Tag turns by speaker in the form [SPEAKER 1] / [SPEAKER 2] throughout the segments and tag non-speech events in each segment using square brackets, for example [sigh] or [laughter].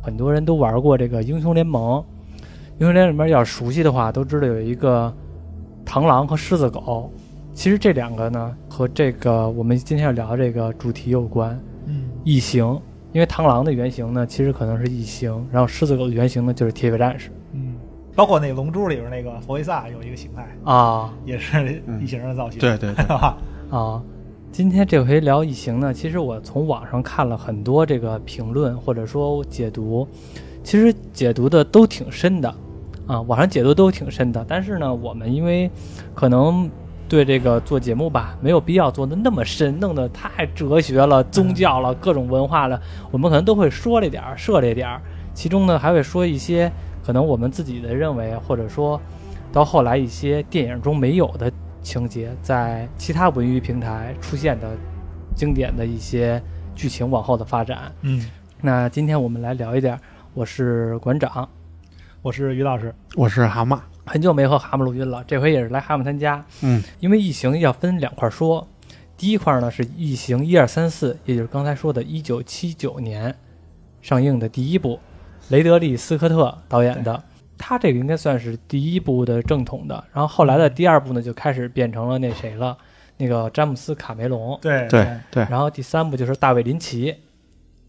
[SPEAKER 1] 很多人都玩过这个英雄联盟。英雄联盟里面要是熟悉的话，都知道有一个螳螂和狮子狗。其实这两个呢，和这个我们今天要聊这个主题有关。
[SPEAKER 2] 嗯
[SPEAKER 1] 异形，因为螳螂的原型呢，其实可能是异形，然后狮子狗的原型呢就是铁血战士
[SPEAKER 2] 嗯，包括那《龙珠》里边那个佛利萨有一个形态，
[SPEAKER 1] 啊
[SPEAKER 2] 也是异形的造型。
[SPEAKER 3] 对对对，
[SPEAKER 2] 哈，
[SPEAKER 1] 啊。今天这回聊异形呢，其实我从网上看了很多这个评论或者说解读，其实解读的都挺深的啊，网上解读都挺深的。但是呢，我们因为可能对这个做节目吧，没有必要做的那么深，弄得太哲学了、宗教了、各种文化了，我们可能都会说了一点儿、涉了一点儿，其中呢还会说一些可能我们自己的认为，或者说到后来一些电影中没有的情节，在其他文娱平台出现的经典的一些剧情往后的发展。
[SPEAKER 2] [laughs] 嗯，
[SPEAKER 1] 那今天我们来聊一点儿，我是馆长，
[SPEAKER 2] 我是于老师。
[SPEAKER 3] [laughs] 我是蛤蟆，
[SPEAKER 1] 很久没和蛤蟆录音了，这回也是来蛤蟆他家。
[SPEAKER 3] 嗯，
[SPEAKER 1] 因为异形要分两块说，第一块呢是异形一二三四，也就是刚才说的1979年上映的第一部，雷德利·斯科特导演的，他这个应该算是第一部的正统的。然后后来的第二部呢，就开始变成了那谁了，那个詹姆斯·卡梅隆。
[SPEAKER 2] 对
[SPEAKER 3] 对，对，
[SPEAKER 1] 然后第三部就是大卫·林奇，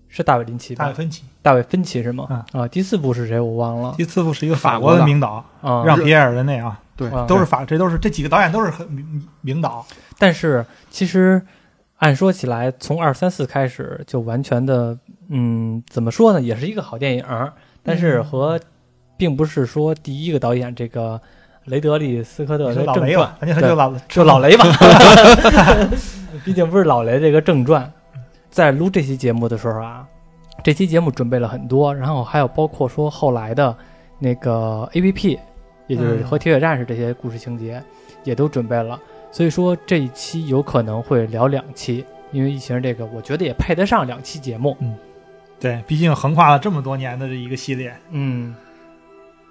[SPEAKER 1] 是大卫·林奇
[SPEAKER 2] 大卫
[SPEAKER 1] 吧？
[SPEAKER 2] 芬奇。
[SPEAKER 1] 大卫·芬奇是吗？
[SPEAKER 2] 啊
[SPEAKER 1] 啊，第四部是谁我忘了
[SPEAKER 2] 第四部是一个
[SPEAKER 3] 法
[SPEAKER 2] 法
[SPEAKER 3] 国的
[SPEAKER 2] 国的名导，
[SPEAKER 1] 啊。
[SPEAKER 2] 让皮埃尔的那啊，
[SPEAKER 3] 对
[SPEAKER 1] 啊
[SPEAKER 2] 都是法，这都是这几个导演都是很名名导。
[SPEAKER 1] 但是其实按说起来，从二三四开始就完全的，嗯，怎么说呢，也是一个好电影儿，但是和并不是说第一个导演这个雷德利·斯科特的
[SPEAKER 2] 你说老
[SPEAKER 1] 正
[SPEAKER 2] 雷
[SPEAKER 1] 传
[SPEAKER 2] 吧，，咱就
[SPEAKER 1] 对
[SPEAKER 2] 就老
[SPEAKER 1] 就老雷吧， [laughs] 毕竟不是老雷这个正传。在录这期节目的时候啊，这期节目准备了很多，然后还有包括说后来的那个 A P P，也就是和铁血战士这些故事情节也都准备了，所以说这一期有可能会聊两期，因为疫情这个我觉得也配得上两期节目。
[SPEAKER 2] 对，毕竟横跨了这么多年的这一个系列，
[SPEAKER 1] 嗯，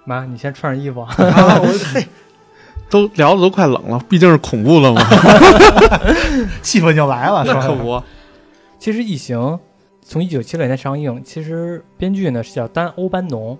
[SPEAKER 1] 妈，你先穿上衣服
[SPEAKER 2] [laughs]
[SPEAKER 1] 啊。
[SPEAKER 3] 啊我嘿，都聊的都快冷了，毕竟是恐怖了 [laughs] 嘛，
[SPEAKER 2] 气氛就来了，是
[SPEAKER 3] 那可
[SPEAKER 2] 吧？
[SPEAKER 3] 不，
[SPEAKER 1] 其实《异形》从一九七六年上映，其实编剧呢是叫丹·欧班农，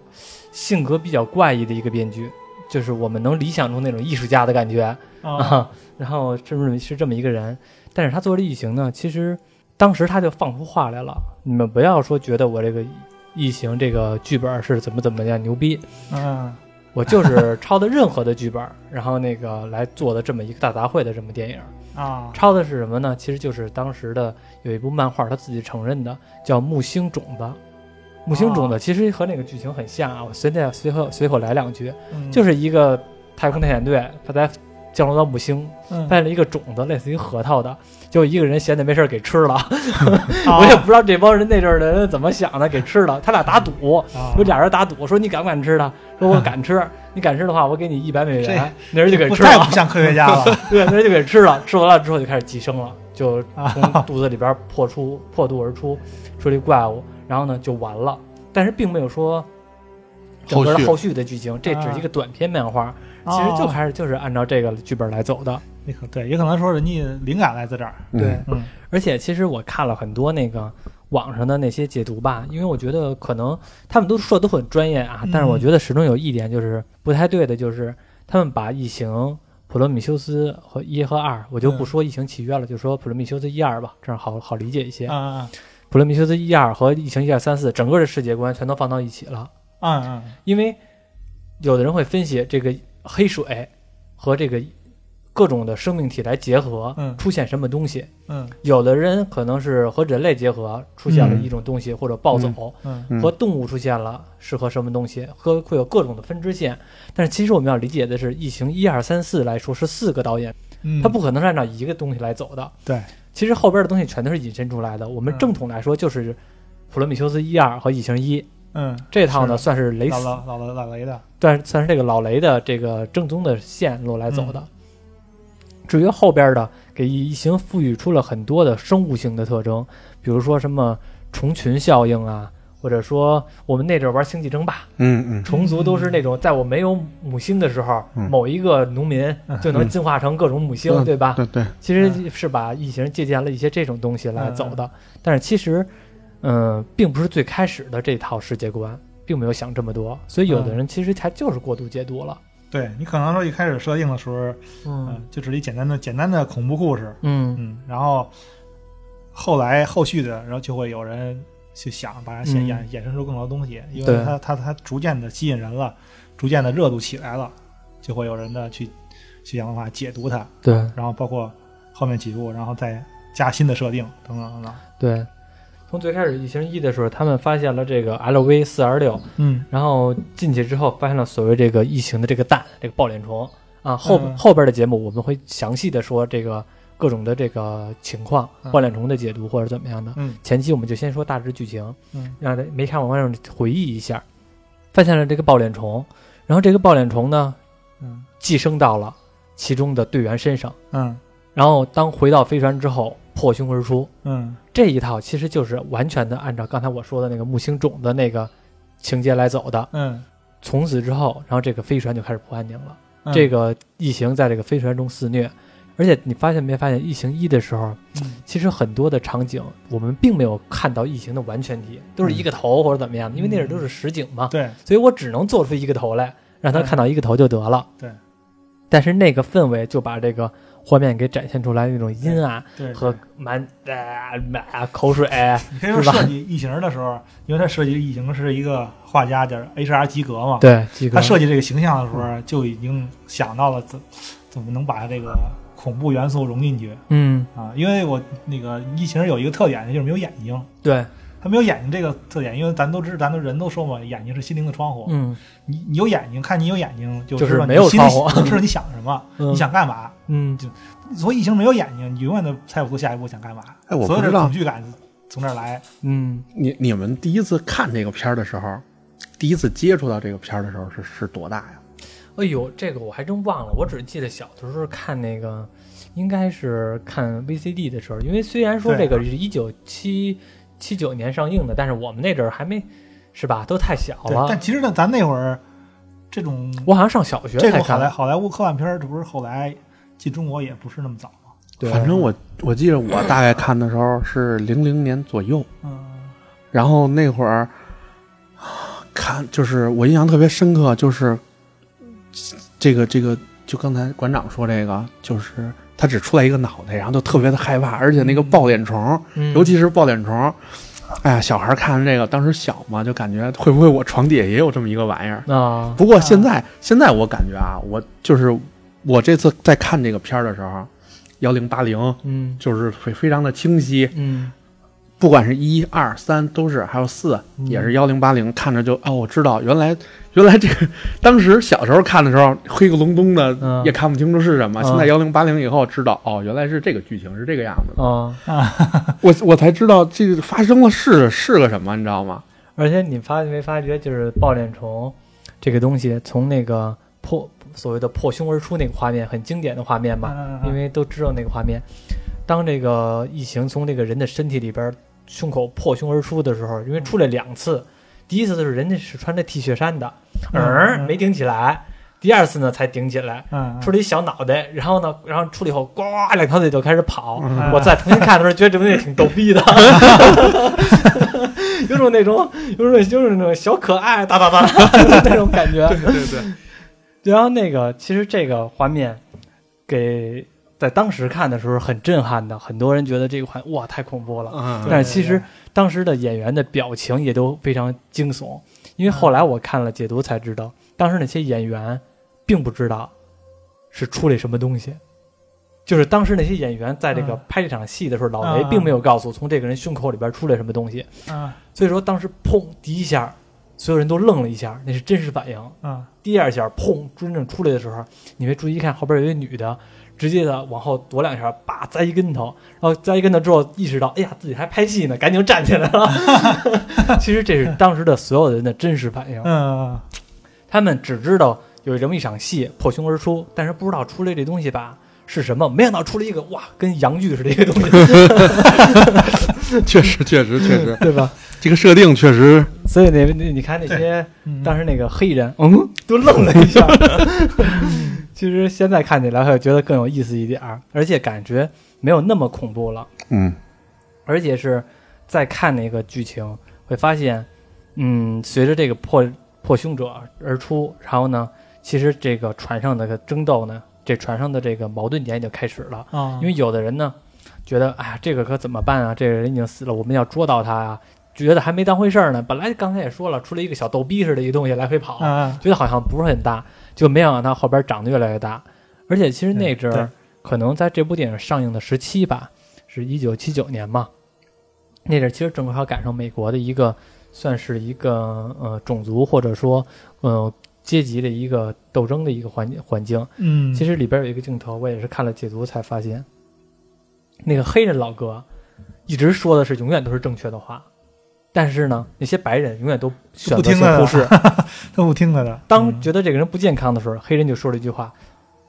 [SPEAKER 1] 性格比较怪异的一个编剧，就是我们能理想中那种艺术家的感觉
[SPEAKER 2] 啊，
[SPEAKER 1] 啊。然后这么是这么一个人，但是他做了《异形》呢，其实当时他就放出话来了，你们不要说觉得我这个《异形》这个剧本是怎么怎么样牛逼，
[SPEAKER 2] 嗯，
[SPEAKER 1] 我就是抄的任何的剧本， [laughs] 然后那个来做的这么一个大杂烩的这么电影。
[SPEAKER 2] 啊，
[SPEAKER 1] 抄的是什么呢？其实就是当时的有一部漫画，他自己承认的，叫《木星种子》。木星种子
[SPEAKER 2] 哦
[SPEAKER 1] 其实和那个剧情很像啊，我随便随口随口来两句，
[SPEAKER 2] 嗯
[SPEAKER 1] 就是一个太空探险队，他在降落到木星，
[SPEAKER 2] 嗯
[SPEAKER 1] 发现了一个种子，类似于核桃的，就一个人闲的没事儿给吃了。
[SPEAKER 2] 啊
[SPEAKER 1] [laughs] 我也不知道这帮人那阵儿的人怎么想的，给吃了。他俩打赌，
[SPEAKER 2] 啊
[SPEAKER 1] 有俩人打赌，说你敢不敢吃它？说我敢吃，你敢吃的话，我给你一百美元。那人就给
[SPEAKER 2] 不
[SPEAKER 1] 吃
[SPEAKER 2] 太
[SPEAKER 1] 了
[SPEAKER 2] 不。像科学家了
[SPEAKER 1] 对，那就给吃了，吃完了之后就开始寄生了，就
[SPEAKER 2] 啊
[SPEAKER 1] 从肚子里边破出破肚而出，出这怪物，然后呢就完了。但是并没有说整个
[SPEAKER 3] 后
[SPEAKER 1] 的
[SPEAKER 3] 续
[SPEAKER 1] 后续的剧情，这
[SPEAKER 2] 啊
[SPEAKER 1] 只是一个短篇漫画， [laughs] 其实就
[SPEAKER 2] 还
[SPEAKER 1] 开始就是按照这个剧本来走的。
[SPEAKER 2] 对，也可能说人家灵感来自这儿，
[SPEAKER 3] 嗯，
[SPEAKER 2] 嗯
[SPEAKER 1] 而且其实我看了很多那个网上的那些解读吧，因为我觉得可能他们都说的都很专业啊，
[SPEAKER 2] 嗯
[SPEAKER 1] 但是我觉得始终有一点就是不太对的，就是他们把《异形》《普罗米修斯》和一和二，我就不说《异形契约》了，就说《普罗米修斯》一二吧，这样好好理解一些。
[SPEAKER 2] 啊
[SPEAKER 1] 普罗米修斯》一二和《异形》一二三四，整个的世界观全都放到一起了，
[SPEAKER 2] 啊啊
[SPEAKER 1] 因为有的人会分析这个黑水和这个各种的生命体来结合，
[SPEAKER 2] 嗯
[SPEAKER 1] 出现什么东西。
[SPEAKER 2] 嗯
[SPEAKER 1] 有的人可能是和人类结合出现了一种东西，或者暴走；
[SPEAKER 2] 嗯
[SPEAKER 3] 嗯
[SPEAKER 1] 和动物出现了是和什么东西，和会有各种的分支线。但是其实我们要理解的是，《异形》一二三四来说是四个导演，
[SPEAKER 2] 嗯，
[SPEAKER 1] 他不可能是按照一个东西来走的。
[SPEAKER 2] 对，
[SPEAKER 1] 其实后边的东西全都是引申出来的。我们
[SPEAKER 2] 嗯
[SPEAKER 1] 正统来说就是《普罗米修斯》一二和《异形一》
[SPEAKER 2] 嗯
[SPEAKER 1] 这套呢，算是雷
[SPEAKER 2] 老
[SPEAKER 1] 斯
[SPEAKER 2] 老老老老雷的，
[SPEAKER 1] 但算是这个老雷的这个正宗的线路来走的。至于后边的，给异形赋予出了很多的生物性的特征，比如说什么虫群效应啊，或者说我们那阵儿玩《星际争霸》，
[SPEAKER 3] 嗯嗯，
[SPEAKER 1] 虫族都是那种在我没有母星的时候，
[SPEAKER 3] 嗯
[SPEAKER 1] 某一个农民就能进化成各种母星，
[SPEAKER 3] 嗯
[SPEAKER 1] 对吧？
[SPEAKER 3] 对对，
[SPEAKER 2] 嗯
[SPEAKER 1] 其实是把异形借鉴了一些这种东西来走的，但是其实嗯，并不是最开始的这套世界观，并没有想这么多，所以有
[SPEAKER 2] 嗯
[SPEAKER 1] 的人其实他就是过度解读了。
[SPEAKER 2] 对你可能说一开始设定的时候，
[SPEAKER 1] 嗯
[SPEAKER 2] 嗯，就只是一简单的简单的恐怖故事，
[SPEAKER 1] 嗯
[SPEAKER 2] 嗯，然后后来后续的，然后就会有人去想把它先衍衍生出更多的东西，因
[SPEAKER 1] 嗯对
[SPEAKER 2] 为它它它逐渐的吸引人了，逐渐的热度起来了，就会有人的去去想办法解读它，
[SPEAKER 1] 对
[SPEAKER 2] 然后包括后面几部，然后再加新的设定等等等等，
[SPEAKER 1] 对。从最开始《异形一》的时候，他们发现了这个 LV 四二六，
[SPEAKER 2] 嗯，
[SPEAKER 1] 然后进去之后发现了所谓这个异形的这个蛋，这个抱脸虫啊。后、
[SPEAKER 2] 嗯
[SPEAKER 1] 后边的节目我们会详细的说这个各种的这个情况，
[SPEAKER 2] 嗯
[SPEAKER 1] 抱脸虫的解读或者怎么样的。
[SPEAKER 2] 嗯
[SPEAKER 1] 前期我们就先说大致剧情，
[SPEAKER 2] 嗯，
[SPEAKER 1] 让大没看过观众回忆一下，发现了这个抱脸虫，然后这个抱脸虫呢
[SPEAKER 2] 嗯
[SPEAKER 1] 寄生到了其中的队员身上，
[SPEAKER 2] 嗯
[SPEAKER 1] 然后当回到飞船之后破胸而出。
[SPEAKER 2] 嗯
[SPEAKER 1] 这一套其实就是完全的按照刚才我说的那个木星种的那个情节来走的，
[SPEAKER 2] 嗯，
[SPEAKER 1] 从此之后，然后这个飞船就开始不安宁了。
[SPEAKER 2] 嗯
[SPEAKER 1] 这个异形在这个飞船中肆虐，而且你发现没发现，异形一的时候，
[SPEAKER 2] 嗯
[SPEAKER 1] 其实很多的场景我们并没有看到异形的完全体，都是一个头或者怎么样的，因为那是都是实景嘛，
[SPEAKER 2] 对，
[SPEAKER 1] 所以我只能做出一个头来，让他看到一个头就得了。
[SPEAKER 2] 对。
[SPEAKER 1] 但是那个氛围就把这个画面给展现出来，那种阴暗
[SPEAKER 2] 对
[SPEAKER 1] 和
[SPEAKER 2] 对
[SPEAKER 1] 满啊满啊口水，
[SPEAKER 2] 你可以说
[SPEAKER 1] 是吧
[SPEAKER 2] 设计异形的时候，因为它设计异形是一个画家叫 H.R. 吉格嘛，
[SPEAKER 1] 对，几个
[SPEAKER 2] 他设计这个形象的时候，就已经想到了怎怎么能把这个恐怖元素融进去
[SPEAKER 1] 嗯，
[SPEAKER 2] 啊。因为我那个异形有一个特点，就是没有眼睛。
[SPEAKER 1] 对，
[SPEAKER 2] 他没有眼睛这个特点，因为咱都知道，咱都人都说嘛，眼睛是心灵的窗户。
[SPEAKER 1] 嗯，
[SPEAKER 2] 你你有眼睛，看你有眼睛，就
[SPEAKER 1] 就是
[SPEAKER 2] 知道你
[SPEAKER 1] 没有
[SPEAKER 2] 心里
[SPEAKER 1] 窗户
[SPEAKER 2] 就知道你想什么，
[SPEAKER 1] 嗯
[SPEAKER 2] 你想干嘛。
[SPEAKER 1] 嗯，
[SPEAKER 2] 所以异形没有眼睛，你永远都猜不出下一步想干嘛。
[SPEAKER 3] 哎我不
[SPEAKER 2] 所有的
[SPEAKER 3] 知道
[SPEAKER 2] 恐惧感从这儿来。
[SPEAKER 1] 嗯，
[SPEAKER 3] 你你们第一次看这个片儿的时候，第一次接触到这个片儿的时候是是多大呀？
[SPEAKER 1] 哎呦，这个我还真忘了，我只记得小的时候看那个，应该是看 VCD 的时候，因为虽然说这
[SPEAKER 2] 对
[SPEAKER 1] 个是一九七七九年上映的，但是我们那阵儿还没，是吧？都太小
[SPEAKER 2] 对，
[SPEAKER 1] 了
[SPEAKER 2] 但。其实呢，咱那会儿这种
[SPEAKER 1] 我好像上小学
[SPEAKER 2] 这
[SPEAKER 1] 才
[SPEAKER 2] 种好莱
[SPEAKER 1] 看，
[SPEAKER 2] 好莱坞科幻片儿，这不是后来进中国也不是那么早吗？
[SPEAKER 1] 对，
[SPEAKER 3] 反正我我记得我大概看的时候是零零年左右，
[SPEAKER 2] 嗯
[SPEAKER 3] 然后那会儿啊看就是我印象特别深刻，就是这个这个就刚才馆长说这个，就是他只出来一个脑袋，然后就特别的害怕，而且那个抱脸虫，
[SPEAKER 1] 嗯
[SPEAKER 3] 尤其是抱脸虫，哎呀，小孩看这个当时小嘛，就感觉会不会我床底下也有这么一个玩意儿？
[SPEAKER 1] 啊，
[SPEAKER 3] 不过现在、现在我感觉啊，我就是我这次在看这个片儿的时候，幺零八零
[SPEAKER 1] 嗯
[SPEAKER 3] 就是非非常的清晰，
[SPEAKER 1] 嗯，
[SPEAKER 3] 不管是一二三都是，还有四
[SPEAKER 1] 嗯
[SPEAKER 3] 也是幺零八零，看着就哦，我知道原来原来这个 [laughs] 当时小时候看的时候黑咕隆咚的
[SPEAKER 1] 嗯
[SPEAKER 3] 也看不清楚是什么，
[SPEAKER 1] 嗯
[SPEAKER 3] 现在幺零八零以后知道哦，原来是这个剧情是这个样子的，
[SPEAKER 1] 啊，
[SPEAKER 3] 我我才知道这个发生了是是个什么，你知道吗？
[SPEAKER 1] 而且你发没发觉，就是抱脸虫这个东西，从那个破所谓的破胸而出那个画面，很经典的画面吧？
[SPEAKER 2] 嗯嗯嗯
[SPEAKER 1] 因为都知道那个画面。当这个异形从这个人的身体里边胸口破胸而出的时候，因为出来两次，第一次就是人家是穿着 T 恤衫的，
[SPEAKER 2] 嗯
[SPEAKER 1] 耳
[SPEAKER 2] 嗯
[SPEAKER 1] 没顶起来，第二次呢才顶起来，
[SPEAKER 2] 嗯，
[SPEAKER 1] 出了一小脑袋，然后呢，然后出来以后，呱，两条腿就开始跑。
[SPEAKER 2] 嗯
[SPEAKER 1] 我再重新看的时候，觉得这东西挺逗逼的，有种那种，有种就是那种小可爱，哒哒哒那种感觉。
[SPEAKER 3] 对对，
[SPEAKER 1] 然后那个，其实这个画面给在当时看的时候很震撼的，很多人觉得这个画哇太恐怖了。
[SPEAKER 3] 嗯，
[SPEAKER 1] 但是其
[SPEAKER 2] 对
[SPEAKER 1] 实当时的演员的表情也都非常惊悚，因为后来我看了解读才知道，当时那些演员并不知道是出了什么东西。就是当时那些演员在这个
[SPEAKER 2] 嗯
[SPEAKER 1] 拍这场戏的时候，老雷
[SPEAKER 2] 嗯嗯
[SPEAKER 1] 并没有告诉从这个人胸口里边出来什么东西，
[SPEAKER 2] 啊
[SPEAKER 1] 所以说当时砰第一下，所有人都愣了一下，那是真实反应。
[SPEAKER 2] 啊
[SPEAKER 1] 第二下砰，真正出来的时候，你会注意一看后边有一女的，直接的往后躲两下，叭栽一跟头，然后栽一跟头之后意识到，哎呀，自己还拍戏呢，赶紧站起来了。 [laughs] 其实这是当时的所有人的真实反应，
[SPEAKER 2] 嗯
[SPEAKER 1] 他们只知道有这么一场戏破胸而出，但是不知道出来这东西吧。是什么？没想到出了一个哇，跟洋剧似的一个东西，
[SPEAKER 3] 确实确实确实，
[SPEAKER 1] [laughs] 对吧？
[SPEAKER 3] 这个设定确实
[SPEAKER 1] 所以那那你看那些
[SPEAKER 2] 嗯，
[SPEAKER 1] 当
[SPEAKER 2] 时
[SPEAKER 1] 时那个黑人，嗯，都愣了一下。其实现在看起来会觉得更有意思一点儿，而且感觉没有那么恐怖了，
[SPEAKER 3] 嗯
[SPEAKER 1] 而且是再看那个剧情，会发现，嗯，随着这个破破凶者而出，然后呢，其实这个船上的争斗呢，这船上的这个矛盾点已经开始了。
[SPEAKER 2] 啊，
[SPEAKER 1] 因为有的人呢，觉得哎呀，这个可怎么办啊？这个人已经死了，我们要捉到他呀、觉得还没当回事儿呢。本来刚才也说了，出了一个小逗逼似的，一东西来回跑，
[SPEAKER 2] 啊，
[SPEAKER 1] 觉得好像不是很大，就没想到它后边长得越来越大。而且其实那阵
[SPEAKER 2] 嗯对
[SPEAKER 1] 儿可能在这部电影上映的时期吧，是一九七九年嘛，那阵儿其实正好赶上美国的一个算是一个呃种族或者说呃阶级的一个斗争的一个环环境。
[SPEAKER 2] 嗯，
[SPEAKER 1] 其实里边有一个镜头，我也是看了解读才发现，那个黑人老哥一直说的是永远都是正确的话，但是呢，那些白人永远都选
[SPEAKER 2] 不
[SPEAKER 1] 择性
[SPEAKER 2] 听啊他的
[SPEAKER 1] 忽视。
[SPEAKER 2] [laughs] 他不听他的，
[SPEAKER 1] 当
[SPEAKER 2] 嗯
[SPEAKER 1] 觉得这个人不健康的时候，黑人就说了一句话：“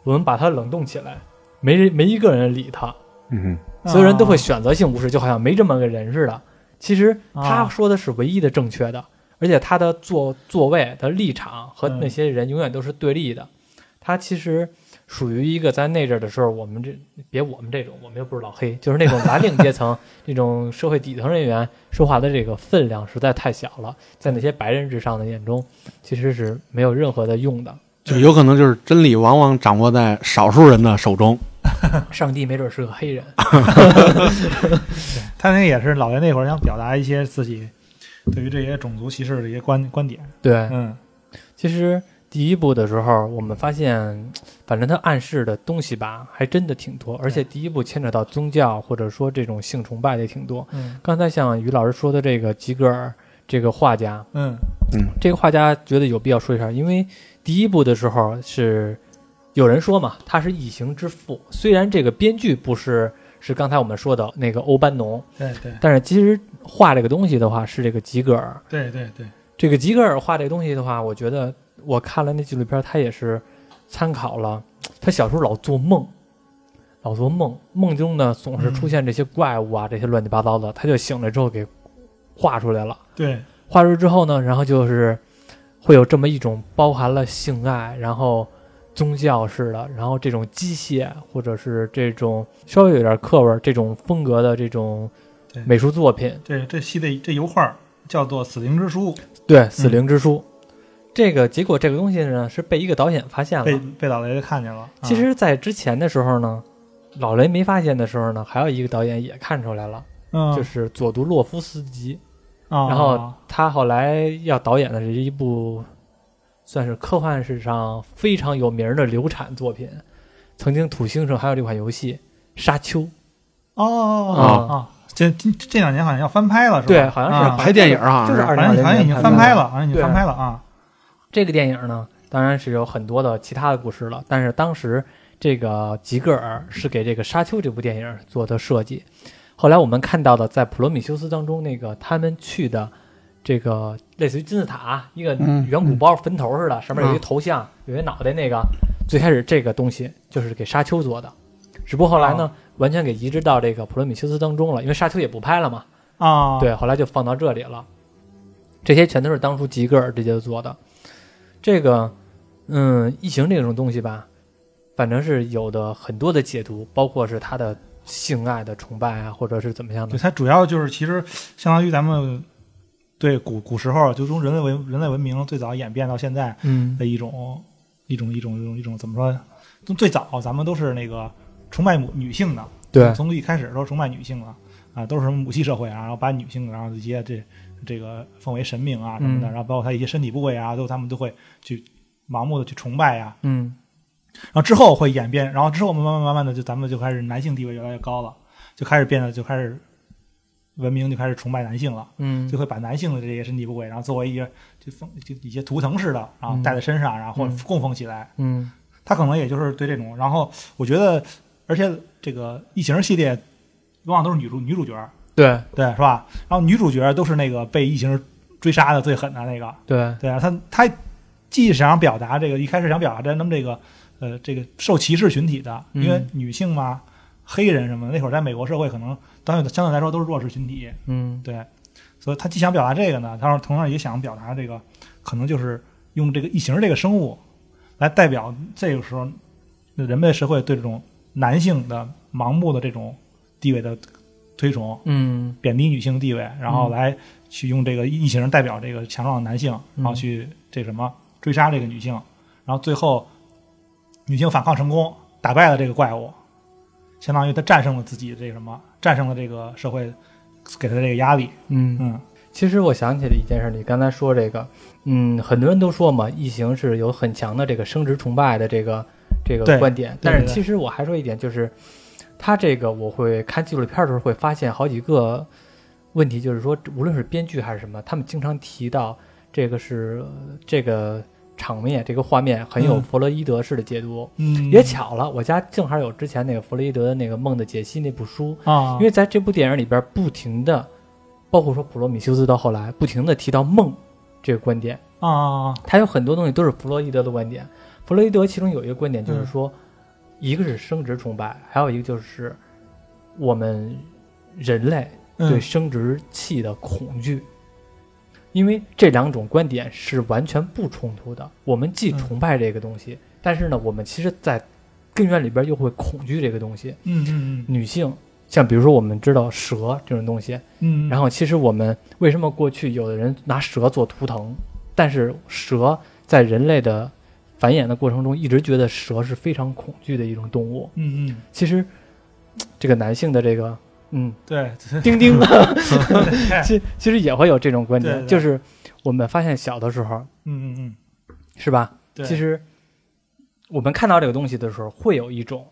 [SPEAKER 1] 我们把他冷冻起来。”没人，没一个人理他，
[SPEAKER 3] 嗯
[SPEAKER 1] 所有人都
[SPEAKER 2] 啊
[SPEAKER 1] 会选择性无视，就好像没这么个人似的。其实他
[SPEAKER 2] 啊
[SPEAKER 1] 说的是唯一的正确的，而且他的座座位的立场和
[SPEAKER 2] 嗯
[SPEAKER 1] 那些人永远都是对立的。他其实属于一个在那阵儿的时候，我们这别我们这种，我们又不是老黑，就是那种蓝领阶层 [laughs] 这种社会底层人员说话的这个分量实在太小了，在那些白人至上的眼中，其实是没有任何的用的。
[SPEAKER 3] 就有可能就是真理往往掌握在少数人的手中。
[SPEAKER 1] 上帝没准是个黑人，
[SPEAKER 2] 他那也是老爷那会儿想表达一些自己对于这些种族歧视的一些观观点，
[SPEAKER 1] 对，
[SPEAKER 2] 嗯
[SPEAKER 1] 其实第一部的时候，我们发现，反正它暗示的东西吧，还真的挺多，而且第一部牵扯到宗教或者说这种性崇拜的也挺多。
[SPEAKER 2] 嗯
[SPEAKER 1] 刚才像于老师说的这个吉格尔这个画家，
[SPEAKER 2] 嗯
[SPEAKER 1] 这个画家觉得有必要说一下，因为第一部的时候是有人说嘛，他是异形之父，虽然这个编剧不是是刚才我们说的那个欧班农，
[SPEAKER 2] 对对
[SPEAKER 1] 但是其实画这个东西的话是这个吉格尔，
[SPEAKER 2] 对对对，
[SPEAKER 1] 这个吉格尔画这个东西的话，我觉得我看了那纪录片，他也是参考了他小时候老做梦，老做梦，梦中呢总是
[SPEAKER 2] 嗯
[SPEAKER 1] 出现这些怪物啊，这些乱七八糟的，他就醒了之后给画出来了。
[SPEAKER 2] 对
[SPEAKER 1] 画出来之后呢，然后就是会有这么一种包含了性爱，然后宗教式的，然后这种机械或者是这种稍微有点课文这种风格的这种
[SPEAKER 2] 对
[SPEAKER 1] 美术作品，
[SPEAKER 2] 这这系列这油画叫做《死灵之书
[SPEAKER 1] 对，《死灵之书》这个结果，这个东西呢是被一个导演发现》，
[SPEAKER 2] 被
[SPEAKER 1] 了。
[SPEAKER 2] 被老雷看见了。
[SPEAKER 1] 其实，在之前的时候呢，老雷没发现的时候呢，还有一个导演也看出来了，
[SPEAKER 2] 啊，
[SPEAKER 1] 就
[SPEAKER 2] 嗯，
[SPEAKER 1] 是佐杜洛夫斯基。
[SPEAKER 2] 然
[SPEAKER 1] 然后他后来要导演的是一部，算是科幻史上非常有名的流产作品，曾经土星上还有这款游戏《沙丘》。
[SPEAKER 2] 哦哦哦，这这这两年好像要翻拍了，是吧？
[SPEAKER 1] 对，好像
[SPEAKER 2] 啊
[SPEAKER 1] 是
[SPEAKER 3] 拍电影儿好像
[SPEAKER 1] 就是是二零
[SPEAKER 2] 好
[SPEAKER 1] 二零
[SPEAKER 2] 像好像已经翻拍了，好像已经
[SPEAKER 1] 对
[SPEAKER 2] 翻拍了啊。
[SPEAKER 1] 这个电影呢，当然是有很多的其他的故事了，但是当时这个吉格尔是给这个《沙丘》这部电影做的设计。后来我们看到的，在《普罗米修斯》当中，那个他们去的这个类似于金字塔，一个
[SPEAKER 3] 嗯
[SPEAKER 1] 远古包坟头似的，上面有一头像，有一脑袋，那个最开始这个东西就是给《沙丘》做的，只不过后来
[SPEAKER 3] 哦
[SPEAKER 1] 呢，完全给移植到这个《普罗米修斯》当中了，因为《沙丘》也不拍了嘛。
[SPEAKER 2] 啊，
[SPEAKER 1] 对，后来就放到这里了。这些全都是当初吉格尔直接做的。这个，嗯，异形这种东西吧，反正是有的很多的解读，包括是他的性爱的崇拜啊，或者是怎么样
[SPEAKER 2] 对，
[SPEAKER 1] 的。
[SPEAKER 2] 它主要就是其实相当于咱们对古古时候，就从人类文人类文明最早演变到现在
[SPEAKER 1] 嗯，
[SPEAKER 2] 的一种一种一种一种一种怎么说？从最早咱们都是那个崇拜母女性的，
[SPEAKER 1] 对，
[SPEAKER 2] 啊从一开始都是崇拜女性的啊，都是什么母系社会啊，然后把女性然后一些这这个奉为神明啊什么的，
[SPEAKER 1] 嗯
[SPEAKER 2] 然后包括她一些身体部位啊，都他们都会去盲目的去崇拜呀、
[SPEAKER 1] 嗯，
[SPEAKER 2] 然后之后会演变，然后之后慢慢慢慢的就咱们就开始男性地位越来越高了，就开始变得就开始文明就开始崇拜男性了，
[SPEAKER 1] 嗯
[SPEAKER 2] 就，会把男性的这些身体部位，然后作为一个就奉就一些图腾似的，然后
[SPEAKER 1] 嗯
[SPEAKER 2] 戴在身上，然后或者
[SPEAKER 1] 嗯
[SPEAKER 2] 供奉起来。
[SPEAKER 1] 嗯，
[SPEAKER 2] 他可能也就是对这种，然后我觉得，而且这个异形系列往往都是女主女主角，
[SPEAKER 1] 对
[SPEAKER 2] 对，是吧？然后女主角都是那个被异形追杀的最狠的那个，
[SPEAKER 1] 对，
[SPEAKER 2] 对啊，他他既想表达这个一开始想表达咱们这个呃这个受歧视群体的，
[SPEAKER 1] 嗯
[SPEAKER 2] 因为女性嘛、黑人什么的，那会儿在美国社会可能当相对来说都是弱势群体，
[SPEAKER 1] 嗯，
[SPEAKER 2] 对，所以他既想表达这个呢，当然同样也想表达这个可能就是用这个异形这个生物来代表这个时候人类社会对这种男性的盲目的这种地位的推崇，
[SPEAKER 1] 嗯
[SPEAKER 2] 贬低女性的地位，然后来去用这个异形代表这个强壮的男性，然后去这什么追杀这个女性，然后最后女性反抗成功，打败了这个怪物，相当于她战胜了自己这个什么，战胜了这个社会给她的这个压力。
[SPEAKER 1] 嗯。
[SPEAKER 2] 嗯
[SPEAKER 1] 其实我想起了一件事，你刚才说这个，嗯，很多人都说嘛，异形是有很强的这个生殖崇拜的这个这个
[SPEAKER 2] 对
[SPEAKER 1] 观点，
[SPEAKER 2] 对
[SPEAKER 1] 但是
[SPEAKER 2] 对
[SPEAKER 1] 其实我还说一点，就是他这个我会看纪录片的时候会发现好几个问题，就是说无论是编剧还是什么，他们经常提到这个是呃这个场面这个画面很有
[SPEAKER 2] 嗯
[SPEAKER 1] 弗洛伊德式的解读。
[SPEAKER 2] 嗯，
[SPEAKER 1] 也巧了，我家正好有之前那个弗洛伊德的那个《梦的解析》那部书，
[SPEAKER 2] 啊，
[SPEAKER 1] 因为在这部电影里边不停的，包括说普罗米修斯到后来不停的提到梦这个观点，
[SPEAKER 2] 啊，
[SPEAKER 1] 他有很多东西都是弗洛伊德的观点。弗洛伊德其中有一个观点
[SPEAKER 2] 嗯
[SPEAKER 1] 就是说，一个是生殖崇拜，还有一个就是我们人类
[SPEAKER 2] 嗯
[SPEAKER 1] 对生殖器的恐惧，因为这两种观点是完全不冲突的。我们既
[SPEAKER 2] 嗯
[SPEAKER 1] 崇拜这个东西，但是呢，我们其实在根源里边又会恐惧这个东西。
[SPEAKER 2] 嗯嗯嗯
[SPEAKER 1] 女性，像比如说我们知道蛇这种东西，
[SPEAKER 2] 嗯，
[SPEAKER 1] 然后其实我们为什么过去有的人拿蛇做图腾，但是蛇在人类的繁衍的过程中，一直觉得蛇是非常恐惧的一种动物。
[SPEAKER 2] 嗯嗯，
[SPEAKER 1] 其实这个男性的这个嗯
[SPEAKER 2] 对，
[SPEAKER 1] 丁丁， [laughs]
[SPEAKER 2] 对
[SPEAKER 1] 其其实也会有这种观
[SPEAKER 2] 对
[SPEAKER 1] 点，
[SPEAKER 2] 对
[SPEAKER 1] 就是我们发现小的时候
[SPEAKER 2] 嗯嗯嗯，
[SPEAKER 1] 是吧，
[SPEAKER 2] 对，
[SPEAKER 1] 其实我们看到这个东西的时候，会有一种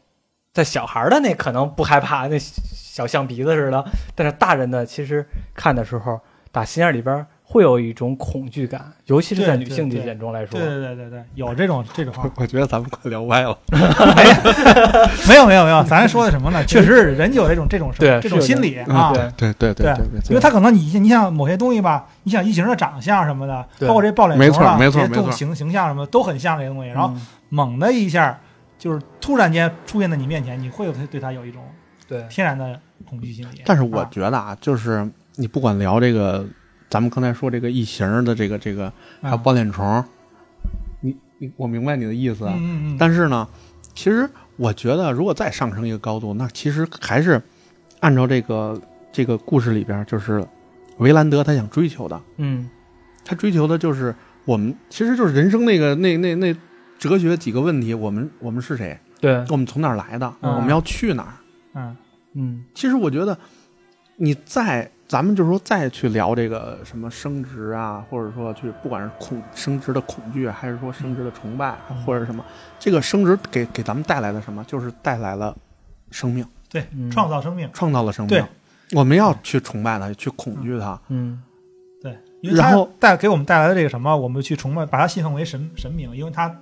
[SPEAKER 1] 在小孩儿的那可能不害怕，那小象鼻子似的，但是大人的其实看的时候，打心眼里边儿会有一种恐惧感，尤其是在女
[SPEAKER 2] 对
[SPEAKER 1] 性的
[SPEAKER 2] 对对
[SPEAKER 1] 眼中来说
[SPEAKER 2] 对。对对对对，有这种这
[SPEAKER 1] [laughs]
[SPEAKER 2] 种话。
[SPEAKER 3] [laughs] 我觉得咱们快聊歪了。
[SPEAKER 2] 没有没有没有，咱说的什么呢？确实是人就有这种这种什
[SPEAKER 1] 对
[SPEAKER 2] 么这种
[SPEAKER 1] 是有嗯
[SPEAKER 2] 心理
[SPEAKER 3] 啊
[SPEAKER 2] 啊，
[SPEAKER 1] 对
[SPEAKER 3] 对对对
[SPEAKER 2] 对
[SPEAKER 3] 没错
[SPEAKER 2] 因为他可能你你想某些东西吧，你想异形的长相什么的，
[SPEAKER 1] 对
[SPEAKER 2] 包括这抱脸
[SPEAKER 3] 没
[SPEAKER 2] 头啊，
[SPEAKER 3] 错没错
[SPEAKER 2] 这些
[SPEAKER 3] 没
[SPEAKER 2] 动
[SPEAKER 3] 错
[SPEAKER 2] 形形象什么的都很像这些东西，然后
[SPEAKER 1] 嗯
[SPEAKER 2] 猛的一下就是突然间出现在你面前，你会有对他有一种
[SPEAKER 1] 对
[SPEAKER 2] 天然的恐惧心理。
[SPEAKER 3] 但是我
[SPEAKER 2] 啊
[SPEAKER 3] 觉得啊，就是你不管聊这个，咱们刚才说这个异形儿的这个这个，还有
[SPEAKER 2] 啊
[SPEAKER 3] 抱脸虫，你你我明白你的意思啊。
[SPEAKER 2] 嗯嗯嗯，
[SPEAKER 3] 但是呢，其实我觉得如果再上升一个高度，那其实还是按照这个这个故事里边儿，就是维兰德他想追求的，
[SPEAKER 1] 嗯
[SPEAKER 3] 他追求的就是我们其实就是人生那个那那那哲学几个问题，我们我们是谁，
[SPEAKER 1] 对
[SPEAKER 3] 我们从哪儿来的，
[SPEAKER 2] 嗯
[SPEAKER 3] 我们要去哪儿。
[SPEAKER 2] 嗯
[SPEAKER 1] 嗯
[SPEAKER 3] 其实我觉得，你再咱们就是说再去聊这个什么生殖啊，或者说去不管是恐生殖的恐惧，还是说生殖的崇拜，
[SPEAKER 2] 嗯
[SPEAKER 3] 或者什么，这个生殖给给咱们带来的什么，就是带来了生命，
[SPEAKER 2] 对
[SPEAKER 1] 嗯，
[SPEAKER 2] 创造生命，
[SPEAKER 3] 创造了生命
[SPEAKER 2] 对。
[SPEAKER 3] 我们要去崇拜它，去恐惧它。
[SPEAKER 1] 嗯
[SPEAKER 2] 对，因为它
[SPEAKER 3] 然后
[SPEAKER 2] 带给我们带来的这个什么，我们去崇拜，把它信奉为神神明，因为它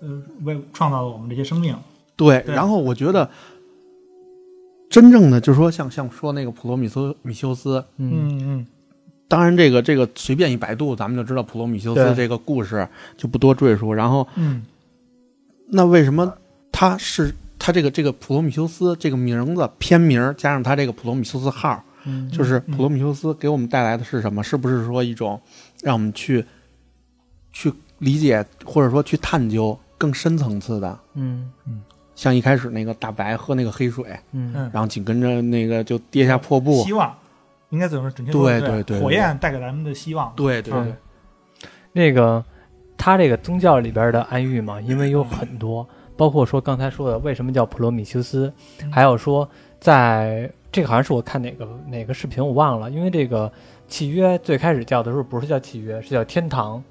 [SPEAKER 2] 呃为创造了我们这些生命。
[SPEAKER 3] 对，
[SPEAKER 2] 对
[SPEAKER 3] 然后我觉得。真正的就是说像，像说那个普罗米修米修斯，
[SPEAKER 1] 嗯
[SPEAKER 2] 嗯嗯
[SPEAKER 3] 当然这个这个随便一百度，咱们就知道普罗米修斯
[SPEAKER 1] 对
[SPEAKER 3] 这个故事就不多赘述。然后
[SPEAKER 2] 嗯
[SPEAKER 3] 那为什么他是他这个这个普罗米修斯这个名字片名儿加上他这个普罗米修斯号，
[SPEAKER 1] 嗯
[SPEAKER 3] 就是
[SPEAKER 2] 嗯
[SPEAKER 3] 普罗米修斯给我们带来的是什么？是不是说一种让我们去去理解或者说去探究更深层次的？
[SPEAKER 1] 嗯
[SPEAKER 3] 像一开始那个大白喝那个黑水，
[SPEAKER 1] 嗯
[SPEAKER 2] 嗯，
[SPEAKER 3] 然后紧跟着那个就跌下破布，
[SPEAKER 2] 希望，应该怎么准确说？
[SPEAKER 3] 对对
[SPEAKER 2] 对
[SPEAKER 3] 对对
[SPEAKER 2] 火焰带给咱们的希望。
[SPEAKER 3] 对对对
[SPEAKER 1] 嗯，那个他这个宗教里边的暗喻嘛，因为有很多，包括说刚才说的为什么叫普罗米修斯，
[SPEAKER 2] 嗯
[SPEAKER 1] 还有说在这个好像是我看哪个哪个视频我忘了，因为这个契约最开始叫的时候不是叫契约，是叫天堂，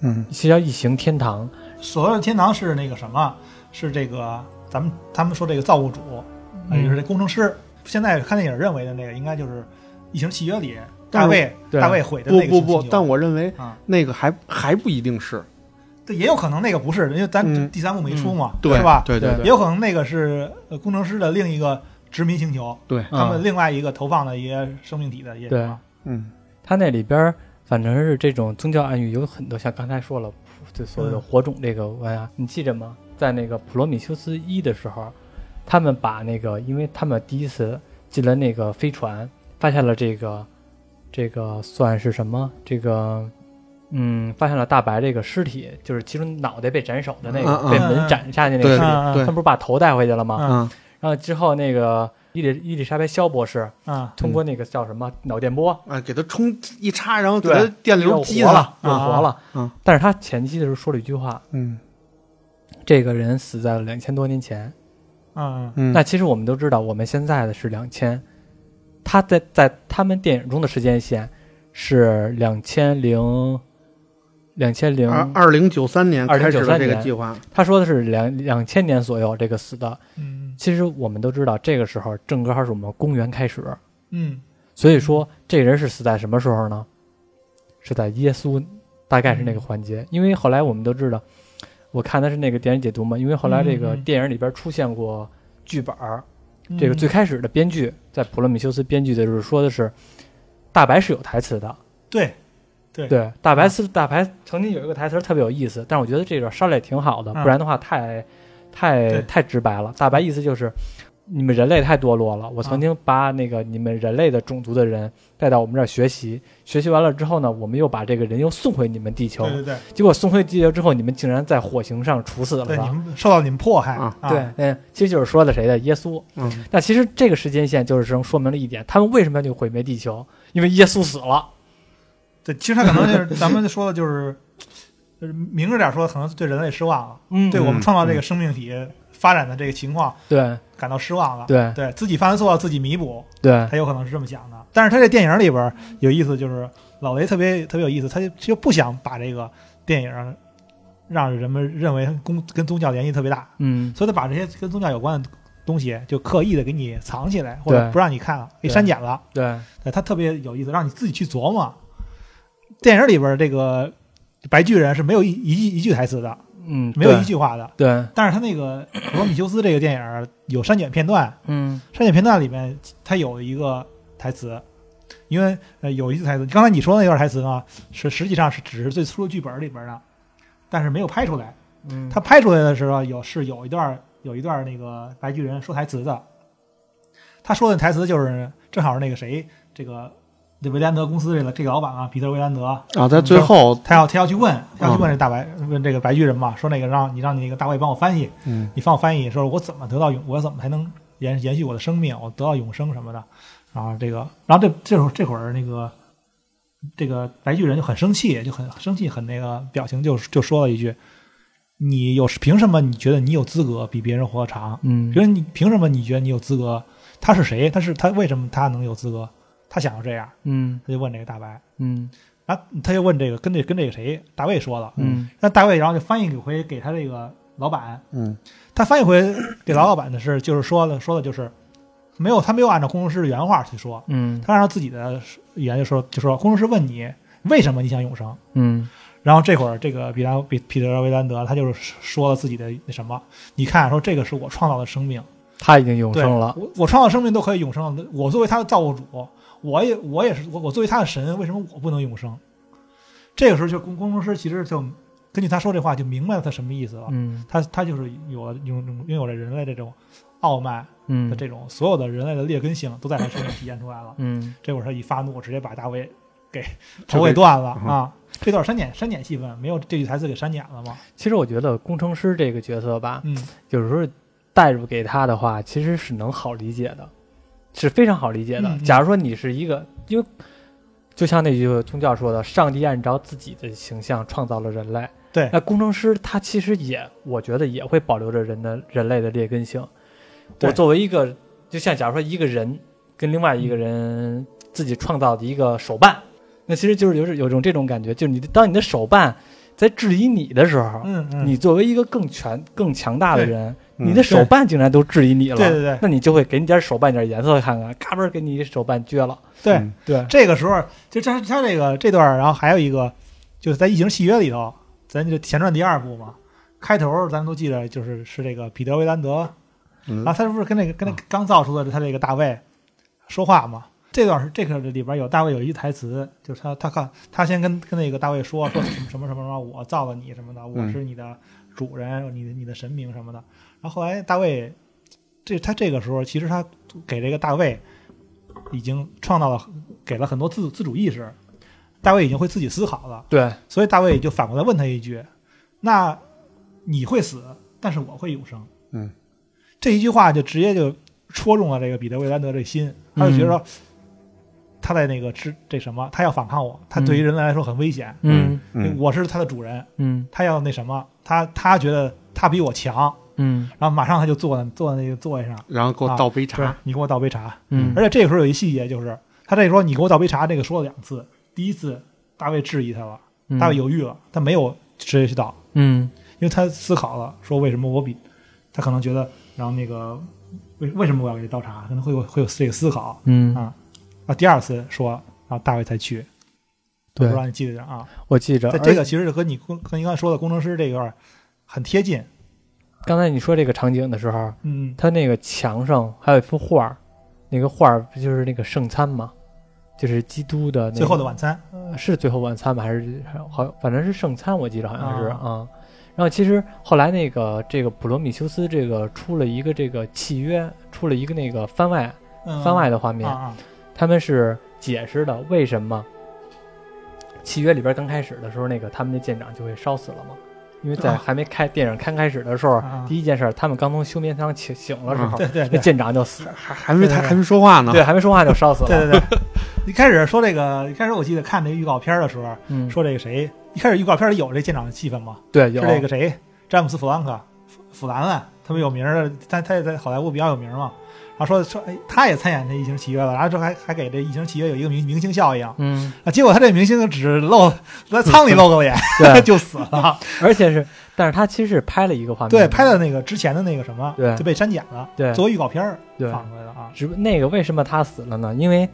[SPEAKER 3] 嗯，
[SPEAKER 1] 是叫异形天堂。
[SPEAKER 2] 所谓的天堂是那个什么？是这个咱们他们说这个造物主，
[SPEAKER 3] 嗯
[SPEAKER 2] 啊，也就是这工程师。现在看电影认为的那个，应该就是《异形契约》里大
[SPEAKER 3] 但是
[SPEAKER 2] 卫
[SPEAKER 1] 对
[SPEAKER 2] 大卫毁的
[SPEAKER 3] 不
[SPEAKER 2] 那个
[SPEAKER 3] 不
[SPEAKER 2] 星球。
[SPEAKER 3] 不，但我认为
[SPEAKER 2] 啊
[SPEAKER 3] 那个还还不一定是，
[SPEAKER 2] 对也有可能那个不是，因为咱
[SPEAKER 3] 嗯
[SPEAKER 2] 第三部没出嘛，
[SPEAKER 3] 对
[SPEAKER 2] 是吧？
[SPEAKER 3] 对
[SPEAKER 1] 对
[SPEAKER 2] 也有可能那个是呃工程师的另一个殖民星球，
[SPEAKER 3] 对，
[SPEAKER 2] 他们
[SPEAKER 1] 嗯
[SPEAKER 2] 另外一个投放的一些生命体的一些
[SPEAKER 1] 对
[SPEAKER 2] 什么
[SPEAKER 3] 嗯，
[SPEAKER 1] 他那里边儿反正是这种宗教暗喻有很多，像刚才说了，就所谓的
[SPEAKER 2] 嗯
[SPEAKER 1] 火种这个玩意儿，你记着吗？在那个普罗米修斯一的时候，他们把那个，因为他们第一次进了那个飞船，发现了这个这个算是什么？这个嗯，发现了大白这个尸体，就是其中脑袋被斩首的那个，
[SPEAKER 3] 嗯嗯
[SPEAKER 1] 被门斩下去那个
[SPEAKER 3] 对
[SPEAKER 1] 尸体，
[SPEAKER 2] 嗯嗯
[SPEAKER 1] 他们不是把头带回去了吗？
[SPEAKER 3] 嗯
[SPEAKER 1] 然后之后那个伊丽伊丽莎白肖博士
[SPEAKER 2] 啊
[SPEAKER 1] 通过那个叫什么脑电波
[SPEAKER 3] 啊，给他冲一插，然后给
[SPEAKER 1] 对
[SPEAKER 3] 他电流
[SPEAKER 1] 又
[SPEAKER 3] 击
[SPEAKER 1] 活
[SPEAKER 3] 他
[SPEAKER 1] 了，又
[SPEAKER 2] 啊
[SPEAKER 1] 活了。
[SPEAKER 3] 嗯
[SPEAKER 1] 但是他前期的时候说了一句话，
[SPEAKER 3] 嗯
[SPEAKER 1] 这个人死在了两千多年前。
[SPEAKER 2] 啊
[SPEAKER 3] 嗯，
[SPEAKER 1] 那其实我们都知道，我们现在的是两千，他在在他们电影中的时间线是两千零两千零
[SPEAKER 3] 二二零九三年开始
[SPEAKER 1] 2093
[SPEAKER 3] 了这个
[SPEAKER 1] 年
[SPEAKER 3] 计划，
[SPEAKER 1] 他说的是两两千年左右这个死的。
[SPEAKER 2] 嗯
[SPEAKER 1] 其实我们都知道，这个时候正刚好是我们公元开始，
[SPEAKER 2] 嗯
[SPEAKER 1] 所以说这人是死在什么时候呢？是在耶稣，大概是那个环
[SPEAKER 2] 嗯
[SPEAKER 1] 节。因为后来我们都知道，我看的是那个电影解读嘛，因为后来这个
[SPEAKER 2] 嗯嗯
[SPEAKER 1] 电影里边出现过剧本儿，
[SPEAKER 2] 嗯，
[SPEAKER 1] 这个最开始的编剧在普罗米修斯编剧的时候说的是，大白是有台词的。
[SPEAKER 2] 对嗯
[SPEAKER 1] 对，大白是大白曾经有一个台词特别有意思，但是我觉得这个删了也挺好的，
[SPEAKER 2] 嗯
[SPEAKER 1] 不然的话太太
[SPEAKER 2] 对
[SPEAKER 1] 太直白了。大白意思就是，你们人类太堕落了，我
[SPEAKER 2] 嗯
[SPEAKER 1] 曾经把那个你们人类的种族的人带到我们这儿学习，学习完了之后呢，我们又把这个人又送回你们地球
[SPEAKER 2] 对，对对
[SPEAKER 1] 结果送回地球之后，你们竟然在火刑上处死了
[SPEAKER 2] 对，你
[SPEAKER 1] 他。
[SPEAKER 2] 们受到你们迫害
[SPEAKER 3] 啊，
[SPEAKER 1] 对，嗯，其实就是说的谁的耶稣。
[SPEAKER 3] 嗯
[SPEAKER 1] 那其实这个时间线就是能说明了一点，他们为什么要去毁灭地球？因为耶稣死了。
[SPEAKER 2] 对，其实他可能就是咱们说的就是，就是明着点说，可能对人类失望了，
[SPEAKER 1] 嗯
[SPEAKER 2] 对
[SPEAKER 1] 对
[SPEAKER 2] 我们创造这个生命体发展的这个情况
[SPEAKER 1] 对
[SPEAKER 2] 感到失望了。
[SPEAKER 1] 对
[SPEAKER 2] 对自己犯错自己弥补，
[SPEAKER 1] 对，
[SPEAKER 2] 他有可能是这么想的。但是他这电影里边儿有意思，就是老雷特别特别有意思，他就就不想把这个电影让人们认为跟跟宗教联系特别大，
[SPEAKER 1] 嗯
[SPEAKER 2] 所以他把这些跟宗教有关的东西就刻意的给你藏起来，或者
[SPEAKER 1] 对
[SPEAKER 2] 不让你看了，给
[SPEAKER 1] 对
[SPEAKER 2] 删减了。
[SPEAKER 1] 对。
[SPEAKER 2] 对，他特别有意思，让你自己去琢磨。电影里边儿这个白巨人是没有一一句一句台词的，
[SPEAKER 1] 嗯，
[SPEAKER 2] 没有
[SPEAKER 1] 对
[SPEAKER 2] 一句话的。
[SPEAKER 1] 对，
[SPEAKER 2] 但是他那个《普罗米修斯》这个电影儿有删减片段，
[SPEAKER 1] 嗯
[SPEAKER 2] 删减片段里面它有一个台词，因为呃有一句台词，刚才你说那段台词呢，是实际上是只是最初的剧本里边的，但是没有拍出来。
[SPEAKER 1] 嗯，
[SPEAKER 2] 他拍出来的时候有是有一段有一段那个白巨人说台词的，他说的台词就是正好是那个谁这个这维兰德公司这个这个老板啊，彼得维兰德，
[SPEAKER 3] 啊，在最后，
[SPEAKER 2] 他要他要去问他要去问这大白、问这个白巨人嘛，说那个让你让你那个大卫帮我翻译，
[SPEAKER 3] 嗯
[SPEAKER 2] 你帮我翻译，说我怎么得到永，我怎么才能延延续我的生命，我得到永生什么的。然后这个，然后这这会儿这会儿那个这个白巨人就很生气，就很很生气，很那个表情就就说了一句：“你有凭什么你觉得你有资格比别人活得长？
[SPEAKER 1] 嗯
[SPEAKER 2] 凭你凭什么你觉得你有资格？他是谁？他是他为什么他能有资格？他想要这样？”
[SPEAKER 1] 嗯
[SPEAKER 2] 他就问这个大白，
[SPEAKER 1] 嗯
[SPEAKER 2] 然后他就问这个跟这跟这个谁大卫说了，
[SPEAKER 1] 嗯
[SPEAKER 2] 那大卫然后就翻译给回给他这个老板，
[SPEAKER 3] 嗯
[SPEAKER 2] 他翻译回给老老板的是，就是说的说的就是没有他没有按照工程师的原话去说，
[SPEAKER 1] 嗯
[SPEAKER 2] 他按照自己的语言就说就说工程师问你为什么你想永生，
[SPEAKER 1] 嗯
[SPEAKER 2] 然后这会儿这个比兰比彼得维兰德他就是说了自己的那什么，你看说这个是我创造的生命，
[SPEAKER 1] 他已经永
[SPEAKER 2] 对
[SPEAKER 1] 生了，
[SPEAKER 2] 我我创造生命都可以永生了，我作为他的造物主，我也我也是我我作为他的神，为什么我不能永生？这个时候就工工程师其实就根据他说这话就明白了他什么意思了，
[SPEAKER 1] 嗯
[SPEAKER 2] 他他就是有了拥拥有了人类这种傲慢的
[SPEAKER 1] 嗯
[SPEAKER 2] 这种所有的人类的劣根性都在他身上体现出来了。
[SPEAKER 1] 嗯
[SPEAKER 2] 这会儿他一发怒，直接把大卫给
[SPEAKER 3] 就
[SPEAKER 2] 头
[SPEAKER 3] 给
[SPEAKER 2] 给断了
[SPEAKER 3] 嗯
[SPEAKER 2] 啊！这段删减删减戏份没有这句台词给删减了吗？
[SPEAKER 1] 其实我觉得工程师这个角色吧，
[SPEAKER 2] 嗯
[SPEAKER 1] 有时候代入给他的话，其实是能好理解的，是非常好理解的。
[SPEAKER 2] 嗯嗯
[SPEAKER 1] 假如说你是一个，因为就像那句宗教说的，上帝按照自己的形象创造了人类。
[SPEAKER 2] 对
[SPEAKER 1] 那工程师他其实也，我觉得也会保留着人的人类的劣根性。我
[SPEAKER 2] 对
[SPEAKER 1] 作为一个，就像假如说一个人跟另外
[SPEAKER 2] 嗯
[SPEAKER 1] 一个人自己创造的一个手办，那其实就是有有种这种感觉，就是你当你的手办在质疑你的时候，
[SPEAKER 2] 嗯嗯，
[SPEAKER 1] 你作为一个更全、更强大的人，
[SPEAKER 3] 对
[SPEAKER 1] 嗯你的手办竟然都质疑你了，
[SPEAKER 2] 对对对
[SPEAKER 1] 那你就会给你点手办点颜色看看，嘎嘣儿给你手办撅了，
[SPEAKER 2] 对、
[SPEAKER 3] 嗯
[SPEAKER 1] 对，
[SPEAKER 2] 这个时候就他他这个这段儿，然后还有一个就是在《异形契约》里头，咱这前传第二部嘛，开头咱们都记得就是是这个彼得维兰德
[SPEAKER 1] 啊
[SPEAKER 3] 嗯
[SPEAKER 2] 然后他是不是跟那个跟那个刚造出的他这个大卫说话嘛？这段是这个里边有大卫有一句台词，就是他他看他先跟跟那个大卫说说什么什么什么什么，我造了你什么的，
[SPEAKER 3] 嗯
[SPEAKER 2] 我是你的主人，你的你的神明什么的。然后后来大卫这他这个时候其实他给这个大卫已经创造了给了很多自自主意识，大卫已经会自己思考了。
[SPEAKER 1] 对，
[SPEAKER 2] 所以大卫就反过来问他一句：“那你会死，但是我会永生。”
[SPEAKER 3] 嗯，
[SPEAKER 2] 这一句话就直接就戳中了这个彼得·韦兰德这心，他就觉得
[SPEAKER 3] 嗯
[SPEAKER 2] 说他在那个之这什么，他要反抗我，他对于人类来说很危险，
[SPEAKER 1] 嗯
[SPEAKER 3] 嗯
[SPEAKER 2] 我是他的主人，
[SPEAKER 1] 嗯
[SPEAKER 2] 他要那什么，他他觉得他比我强，
[SPEAKER 1] 嗯
[SPEAKER 2] 然后马上他就坐那坐在那个座位上，
[SPEAKER 3] 然后给我倒杯茶
[SPEAKER 1] 啊
[SPEAKER 2] 对，你给我倒杯茶，
[SPEAKER 1] 嗯，
[SPEAKER 2] 而且这个时候有一细节就是，他这时候你给我倒杯茶这个说了两次，第一次大卫质疑他了，
[SPEAKER 3] 嗯
[SPEAKER 1] 且
[SPEAKER 2] 大卫犹豫了，他没有直接去倒，
[SPEAKER 1] 嗯
[SPEAKER 2] 因为他思考了，说为什么我比他可能觉得，然后那个为为什么我要给他倒茶，可能会有会有这个思考。
[SPEAKER 1] 嗯
[SPEAKER 2] 啊，啊，第二次说，然后大卫才去，我
[SPEAKER 1] 对
[SPEAKER 2] 不知，道你记得着啊，
[SPEAKER 1] 我记着。
[SPEAKER 2] 在这个其实是和你工和你刚才说的工程师这一段很贴近，
[SPEAKER 1] 刚才你说这个场景的时候，
[SPEAKER 2] 嗯，
[SPEAKER 1] 他那个墙上还有一幅画儿，那个画儿不就是那个圣餐吗？就是基督的、那个、
[SPEAKER 2] 最后的晚餐，
[SPEAKER 1] 呃是最后晚餐吧？还是还好，反正是圣餐，我记得好像是
[SPEAKER 2] 啊
[SPEAKER 1] 啊、然后其实后来那个这个普罗米修斯这个出了一个这个契约，出了一个那个番外、
[SPEAKER 2] 嗯，
[SPEAKER 1] 番外的画面，
[SPEAKER 2] 啊啊，
[SPEAKER 1] 他们是解释的为什么契约里边刚开始的时候，那个他们那舰长就会烧死了嘛？因为在
[SPEAKER 2] 啊
[SPEAKER 1] 还没开电影刚开始的时候，
[SPEAKER 2] 啊
[SPEAKER 1] 第一件事儿，他们刚从休眠舱醒醒了时候，
[SPEAKER 2] 对对
[SPEAKER 1] 那
[SPEAKER 2] 对。
[SPEAKER 1] 舰长就死了，
[SPEAKER 3] 还还没
[SPEAKER 2] 对
[SPEAKER 3] 他
[SPEAKER 2] 对
[SPEAKER 3] 还没说话呢，
[SPEAKER 1] 对，还没说话就烧死了。
[SPEAKER 2] 对对对，一开始说这个，一开始我记得看这预告片的时候，
[SPEAKER 1] 嗯，
[SPEAKER 2] 说这个谁，一开始预告片里有这舰长的气氛吗？
[SPEAKER 1] 对有
[SPEAKER 2] 是这个谁，詹姆斯·弗兰克，弗弗兰兰，特别有名儿的，他他也在好莱坞比较有名儿嘛。然后说说，哎，他也参演这《异形契约》了，然后这还还给这《异形契约》有一个明明星效应 [laughs]
[SPEAKER 1] 嗯，
[SPEAKER 2] 啊。结果他这明星
[SPEAKER 1] [laughs]
[SPEAKER 2] 只露在舱里露个脸
[SPEAKER 1] 对，
[SPEAKER 2] [laughs] 就死了。
[SPEAKER 1] [laughs] 而且是，但是他其实是拍了一个画面，
[SPEAKER 2] 对，拍的那个之前的那个什么，
[SPEAKER 1] 对
[SPEAKER 2] 就被删减了，
[SPEAKER 1] 对
[SPEAKER 2] 作为预告片儿
[SPEAKER 1] 对，
[SPEAKER 2] 放出来的啊。
[SPEAKER 1] 只不那个为什么他死了呢？因为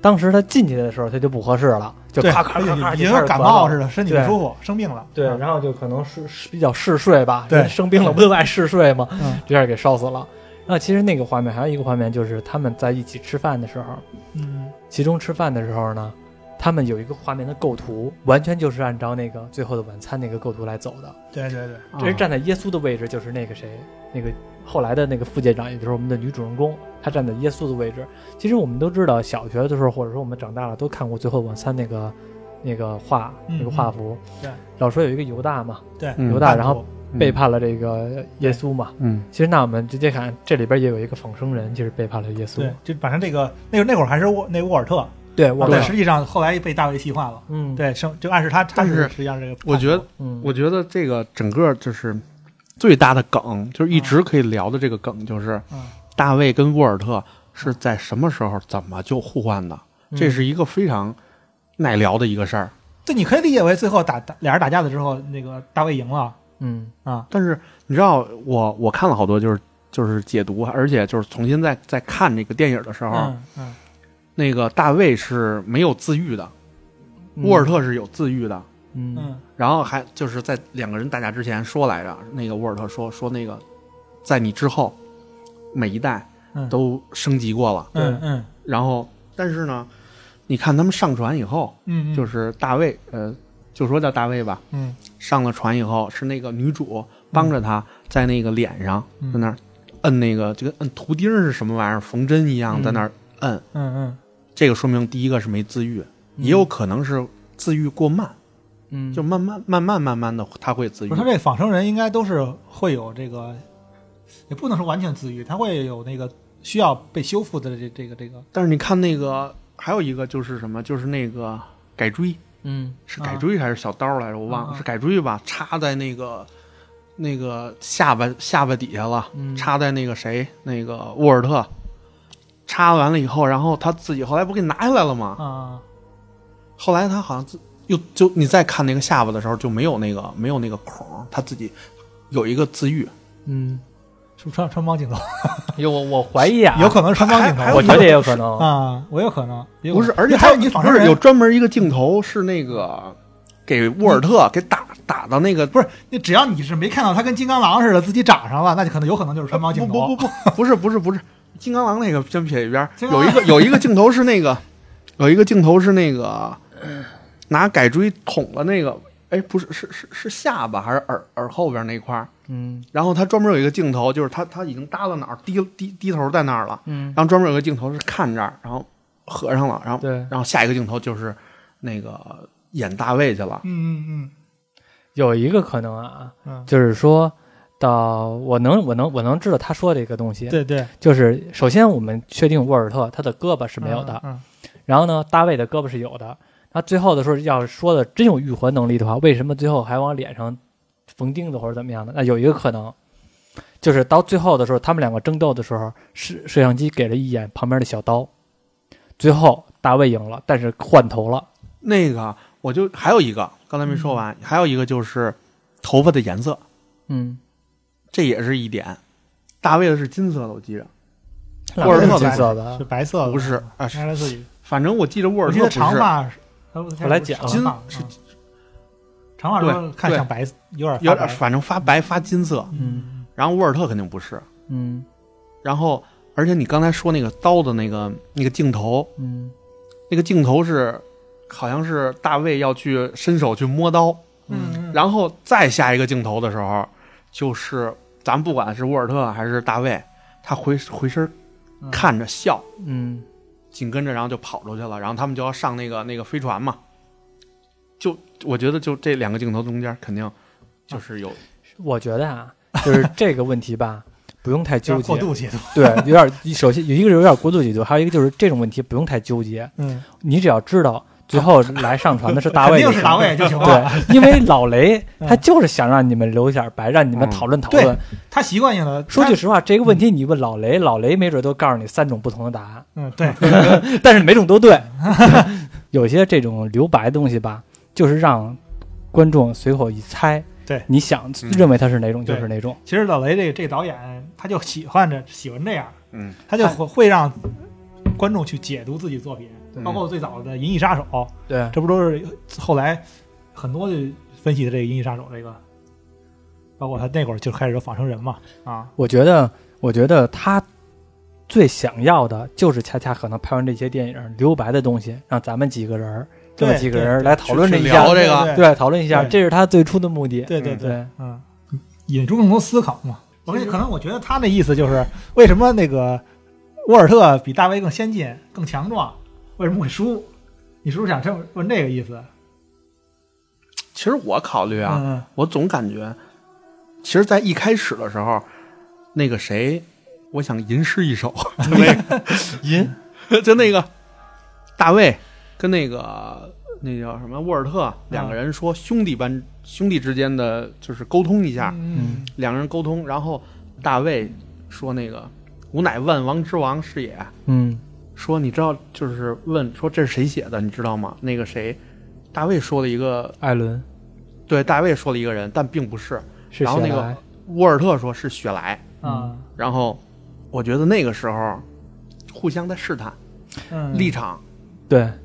[SPEAKER 1] 当时他进去的时候他就不合适了，就
[SPEAKER 2] 对，
[SPEAKER 1] 咔咔
[SPEAKER 2] 而且
[SPEAKER 1] 咔咔
[SPEAKER 2] 已经
[SPEAKER 1] 就开始
[SPEAKER 2] 感
[SPEAKER 1] 咳嗽
[SPEAKER 2] 冒
[SPEAKER 1] 了
[SPEAKER 2] 似的，身体不
[SPEAKER 1] 对
[SPEAKER 2] 舒服，生病了。
[SPEAKER 1] 对，
[SPEAKER 2] 啊
[SPEAKER 1] 然后就可能是是比较嗜睡吧，
[SPEAKER 2] 对
[SPEAKER 1] 人生病了不都爱嗜睡吗？
[SPEAKER 2] 嗯
[SPEAKER 1] [laughs] 这下给烧死了。那其实那个画面还有一个画面就是他们在一起吃饭的时候，
[SPEAKER 2] 嗯，
[SPEAKER 1] 其中吃饭的时候呢，他们有一个画面的构图，完全就是按照那个《最后的晚餐》那个构图来走的。
[SPEAKER 2] 对对对，
[SPEAKER 3] 啊
[SPEAKER 1] 这人站在耶稣的位置，就是那个谁，那个后来的那个副舰长，也就是我们的女主人公，她站在耶稣的位置。其实我们都知道，小学的时候，或者说我们长大了，都看过《最后的晚餐》那个那个画
[SPEAKER 2] 嗯
[SPEAKER 1] 那个画幅。
[SPEAKER 2] 嗯对
[SPEAKER 1] 老说有一个犹大嘛，
[SPEAKER 2] 对，
[SPEAKER 3] 嗯
[SPEAKER 1] 犹
[SPEAKER 2] 大
[SPEAKER 1] 大然后背叛了这个耶稣嘛。
[SPEAKER 3] 嗯
[SPEAKER 1] 其实那我们直接看这里边也有一个仿生人，就是背叛了耶稣
[SPEAKER 2] 对。，就反正这个那个那会儿还是沃那沃尔特，
[SPEAKER 1] 对，
[SPEAKER 3] 哦
[SPEAKER 1] 我
[SPEAKER 2] 啊但
[SPEAKER 1] 们
[SPEAKER 2] 实际上后来被大卫替换了。
[SPEAKER 1] 嗯，
[SPEAKER 2] 对，生就暗示他，他
[SPEAKER 3] 但是
[SPEAKER 2] 实际上这个叛徒。
[SPEAKER 3] 我觉得
[SPEAKER 1] 嗯，
[SPEAKER 3] 我觉得这个整个就是最大的梗，就是一
[SPEAKER 1] 嗯
[SPEAKER 3] 直可以聊的这个梗，就是
[SPEAKER 2] 嗯
[SPEAKER 3] 大卫跟沃尔特是在什么时候怎么就互换的？
[SPEAKER 1] 嗯
[SPEAKER 3] 这是一个非常耐聊的一个事儿。
[SPEAKER 2] 对，你可以理解为最后打打俩人打架了之后，那个大卫赢了
[SPEAKER 1] 嗯
[SPEAKER 2] 啊。
[SPEAKER 3] 但是你知道，我我看了好多，就是就是解读，而且就是重新再再看这个电影的时候，
[SPEAKER 1] 啊
[SPEAKER 2] 嗯嗯，
[SPEAKER 3] 那个大卫是没有自愈的，
[SPEAKER 1] 嗯
[SPEAKER 3] 沃尔特是有自愈的。
[SPEAKER 1] 嗯
[SPEAKER 2] 嗯
[SPEAKER 3] 然后还就是在两个人打架之前说来着，那个沃尔特说说那个，在你之后，每一代
[SPEAKER 2] 嗯
[SPEAKER 3] 都升级过了。
[SPEAKER 2] 嗯嗯
[SPEAKER 3] 然后，但是呢，你看他们上船以后，
[SPEAKER 2] 嗯，
[SPEAKER 3] 就是是大卫，呃，就说叫大卫吧，
[SPEAKER 2] 嗯
[SPEAKER 3] 上了船以后是那个女主帮着他在那个脸上
[SPEAKER 2] 嗯
[SPEAKER 3] 在那儿摁那个就跟摁图钉儿是什么玩意儿缝针一样
[SPEAKER 2] 嗯
[SPEAKER 3] 在那儿摁，
[SPEAKER 2] 嗯嗯
[SPEAKER 3] 这个说明第一个是没自愈，也有可能是自愈过慢，
[SPEAKER 1] 嗯
[SPEAKER 3] 就慢慢慢慢慢慢的他会自
[SPEAKER 2] 嗯，
[SPEAKER 3] 愈
[SPEAKER 2] 不是，他这仿生人应该都是会有这个，也不能说完全自愈，他会有那个需要被修复的这这个这个
[SPEAKER 3] 但是你看那个还有一个就是什么，就是那个改锥。
[SPEAKER 1] 嗯
[SPEAKER 3] 是改锥还是小刀来着？我忘了，
[SPEAKER 2] 啊
[SPEAKER 3] 是改锥吧？插在那个那个下巴下巴底下了，
[SPEAKER 1] 嗯
[SPEAKER 3] 插在那个谁那个沃尔特，插完了以后，然后他自己后来不给拿下来了吗？
[SPEAKER 2] 啊
[SPEAKER 3] 后来他好像自又就你再看那个下巴的时候就没有那个没有那个孔，他自己有一个自愈。
[SPEAKER 1] 嗯，
[SPEAKER 2] 是不是穿穿帮镜头？
[SPEAKER 1] 有我我怀疑啊，
[SPEAKER 2] [laughs] 有可能是穿帮镜
[SPEAKER 3] 还还
[SPEAKER 2] 头，
[SPEAKER 1] 我觉得也有可能。
[SPEAKER 2] 啊，我有可能也有
[SPEAKER 3] 不是，
[SPEAKER 2] 可能
[SPEAKER 3] 而且
[SPEAKER 2] 还有你仿
[SPEAKER 3] 不
[SPEAKER 2] 生
[SPEAKER 3] 是有
[SPEAKER 2] 人，
[SPEAKER 3] 专门一个镜头是那个给沃尔特给打打到那个
[SPEAKER 2] 不是你只要你是没看到他跟金刚狼似的自己长上了，那就可能有可能就是穿帮镜头。
[SPEAKER 3] 不不不
[SPEAKER 2] [laughs]
[SPEAKER 3] 不，不是不是不是，金刚狼那个先撇一边儿，
[SPEAKER 2] 金刚
[SPEAKER 3] 有
[SPEAKER 2] 狼
[SPEAKER 3] 一个有一个镜头是那个，有一个镜头是那个拿改锥捅了那个，哎，不是是是是下巴还是耳耳后边那块儿？
[SPEAKER 1] 嗯
[SPEAKER 3] 然后他专门有一个镜头，就是他他已经耷拉哪儿，低低低头在那儿了，
[SPEAKER 1] 嗯，
[SPEAKER 3] 然后专门有个镜头是看这儿，然后合上了，然后
[SPEAKER 1] 对，
[SPEAKER 3] 然后下一个镜头就是那个演大卫去了，
[SPEAKER 2] 嗯嗯嗯
[SPEAKER 1] 有一个可能啊，
[SPEAKER 2] 嗯
[SPEAKER 1] 就是说到我能我能我能知道他说这个东西，
[SPEAKER 2] 对对，
[SPEAKER 1] 就是首先我们确定沃尔特他的胳膊是没有的，
[SPEAKER 2] 嗯，嗯
[SPEAKER 1] 然后呢，大卫的胳膊是有的。那最后的时候，要是说的真有愈合能力的话，为什么最后还往脸上缝钉子或者怎么样的？那有一个可能，就是到最后的时候，他们两个争斗的时候，摄摄像机给了一眼旁边的小刀，最后大卫赢了，但是换头了。
[SPEAKER 3] 那个我就还有一个，刚才没
[SPEAKER 2] 嗯
[SPEAKER 3] 说完，还有一个就是头发的颜色，
[SPEAKER 1] 嗯，
[SPEAKER 3] 这也是一点。大卫的是金色的，我记着，
[SPEAKER 1] 哪
[SPEAKER 3] 沃尔
[SPEAKER 1] 是
[SPEAKER 3] 特
[SPEAKER 1] 金
[SPEAKER 2] 白
[SPEAKER 1] 色
[SPEAKER 2] 是
[SPEAKER 1] 的，
[SPEAKER 2] 白嗯色的，
[SPEAKER 3] 不是啊，是
[SPEAKER 2] 应该是自己。
[SPEAKER 3] 反正我记着沃尔
[SPEAKER 2] 呃我
[SPEAKER 3] 特
[SPEAKER 2] 记
[SPEAKER 3] 不
[SPEAKER 2] 得
[SPEAKER 3] 是
[SPEAKER 2] 长发是，呃
[SPEAKER 1] 我来讲
[SPEAKER 3] 金
[SPEAKER 2] 长发
[SPEAKER 3] 是
[SPEAKER 2] 嗯长发说
[SPEAKER 3] 对
[SPEAKER 2] 看
[SPEAKER 3] 对
[SPEAKER 2] 像白，有点
[SPEAKER 3] 有
[SPEAKER 2] 发
[SPEAKER 3] 点，
[SPEAKER 2] 白
[SPEAKER 3] 反正发白发金色。
[SPEAKER 1] 嗯
[SPEAKER 3] 然后沃尔特肯定不是。
[SPEAKER 1] 嗯
[SPEAKER 3] 然后，而且你刚才说那个刀的那个那个镜头，
[SPEAKER 1] 嗯
[SPEAKER 3] 那个镜头是好像是大卫要去伸手去摸刀，
[SPEAKER 2] 嗯，
[SPEAKER 3] 然后再下一个镜头的时候，就是咱们不管是沃尔特还是大卫，他回回身
[SPEAKER 2] 嗯
[SPEAKER 3] 看着笑，
[SPEAKER 1] 嗯
[SPEAKER 3] 紧跟着然后就跑出去了，然后他们就要上那个那个飞船嘛。就我觉得就这两个镜头中间肯定就是有，
[SPEAKER 1] 我觉得啊，就是这个问题吧，不用太
[SPEAKER 2] 有
[SPEAKER 1] 纠
[SPEAKER 2] 点
[SPEAKER 1] 结
[SPEAKER 2] 过。度
[SPEAKER 3] [laughs]
[SPEAKER 2] 解读，
[SPEAKER 1] 对，有点首先有一个是有点过度解读，还有一个就是这种问题不用太纠结。
[SPEAKER 2] 嗯，
[SPEAKER 1] 你只要知道最后来上传的是大卫就
[SPEAKER 2] 肯定是
[SPEAKER 1] 行，
[SPEAKER 2] 大卫就行了。
[SPEAKER 1] 对，因为老雷
[SPEAKER 2] 嗯
[SPEAKER 1] 他就是想让你们留一下白，让你们
[SPEAKER 3] 嗯
[SPEAKER 1] 讨论讨
[SPEAKER 2] 对嗯
[SPEAKER 1] 论。
[SPEAKER 2] 他习惯性的
[SPEAKER 1] 说句，实话，这个问题你问老雷，老雷没准都告诉你三种不同的答案，
[SPEAKER 2] 他嗯，对，
[SPEAKER 1] 但是每种都
[SPEAKER 2] [laughs]
[SPEAKER 1] 对。有些这种留白的东西吧，就是让观众随口一猜，
[SPEAKER 2] 对
[SPEAKER 1] 你想
[SPEAKER 3] 嗯
[SPEAKER 1] 认为他是哪种就
[SPEAKER 2] 对
[SPEAKER 1] 是哪种。
[SPEAKER 2] 其实老雷这个这个导演他就喜欢这喜欢这样，
[SPEAKER 3] 嗯，
[SPEAKER 2] 他就会会让观众去解读自己作品，
[SPEAKER 3] 对
[SPEAKER 2] 包括最早的《银翼杀手》，
[SPEAKER 1] 对，
[SPEAKER 2] 这不都是后来很多就分析的这个《银翼杀手》这个，包括他那会儿就开始有仿生人嘛，啊，
[SPEAKER 1] 我觉得，我觉得他最想要的就是恰恰可能拍完这些电影留白的东西，让咱们几个人儿这么
[SPEAKER 2] 对
[SPEAKER 1] 几个
[SPEAKER 2] 对
[SPEAKER 1] 人儿来讨论
[SPEAKER 3] 去
[SPEAKER 1] 这一
[SPEAKER 3] 去
[SPEAKER 1] 下
[SPEAKER 3] 聊，这个
[SPEAKER 2] 对
[SPEAKER 1] 对，讨论一下，
[SPEAKER 2] 对
[SPEAKER 1] 这是他最初的目的。
[SPEAKER 2] 对对
[SPEAKER 3] 嗯
[SPEAKER 2] 对，
[SPEAKER 1] 对，
[SPEAKER 2] 嗯，引出更多思考嘛。我
[SPEAKER 1] 其
[SPEAKER 2] 觉
[SPEAKER 1] 实
[SPEAKER 2] 可能我觉得他那意思就是，为什么那个沃尔特比大卫更先进、更强壮，为什么会输？你是不是想这么问这个意思？
[SPEAKER 3] 其实我考虑啊，
[SPEAKER 2] 嗯，
[SPEAKER 3] 我总感觉，其实，在一开始的时候，那个谁，我想吟诗一 [laughs] 首，就那个
[SPEAKER 1] 银
[SPEAKER 3] [laughs] 就那个大卫跟那个那叫什么沃尔特两个人说兄弟般兄弟之间的就是啊沟通一下，
[SPEAKER 2] 嗯
[SPEAKER 3] 两个人沟通，然后大卫说那个吾乃万王之王是也，
[SPEAKER 1] 嗯
[SPEAKER 3] 说你知道就是问说这是谁写的，你知道吗？那个谁，大卫说了一个
[SPEAKER 1] 艾伦
[SPEAKER 3] 对大卫说了一个人，但并不是。
[SPEAKER 1] 是
[SPEAKER 3] 然后
[SPEAKER 1] 雪
[SPEAKER 3] 那个
[SPEAKER 1] 莱
[SPEAKER 3] 沃尔特说是雪莱，
[SPEAKER 2] 啊，
[SPEAKER 3] 然后我觉得那个时候互相在试探
[SPEAKER 2] 嗯
[SPEAKER 3] 立场。
[SPEAKER 1] 对
[SPEAKER 3] 嗯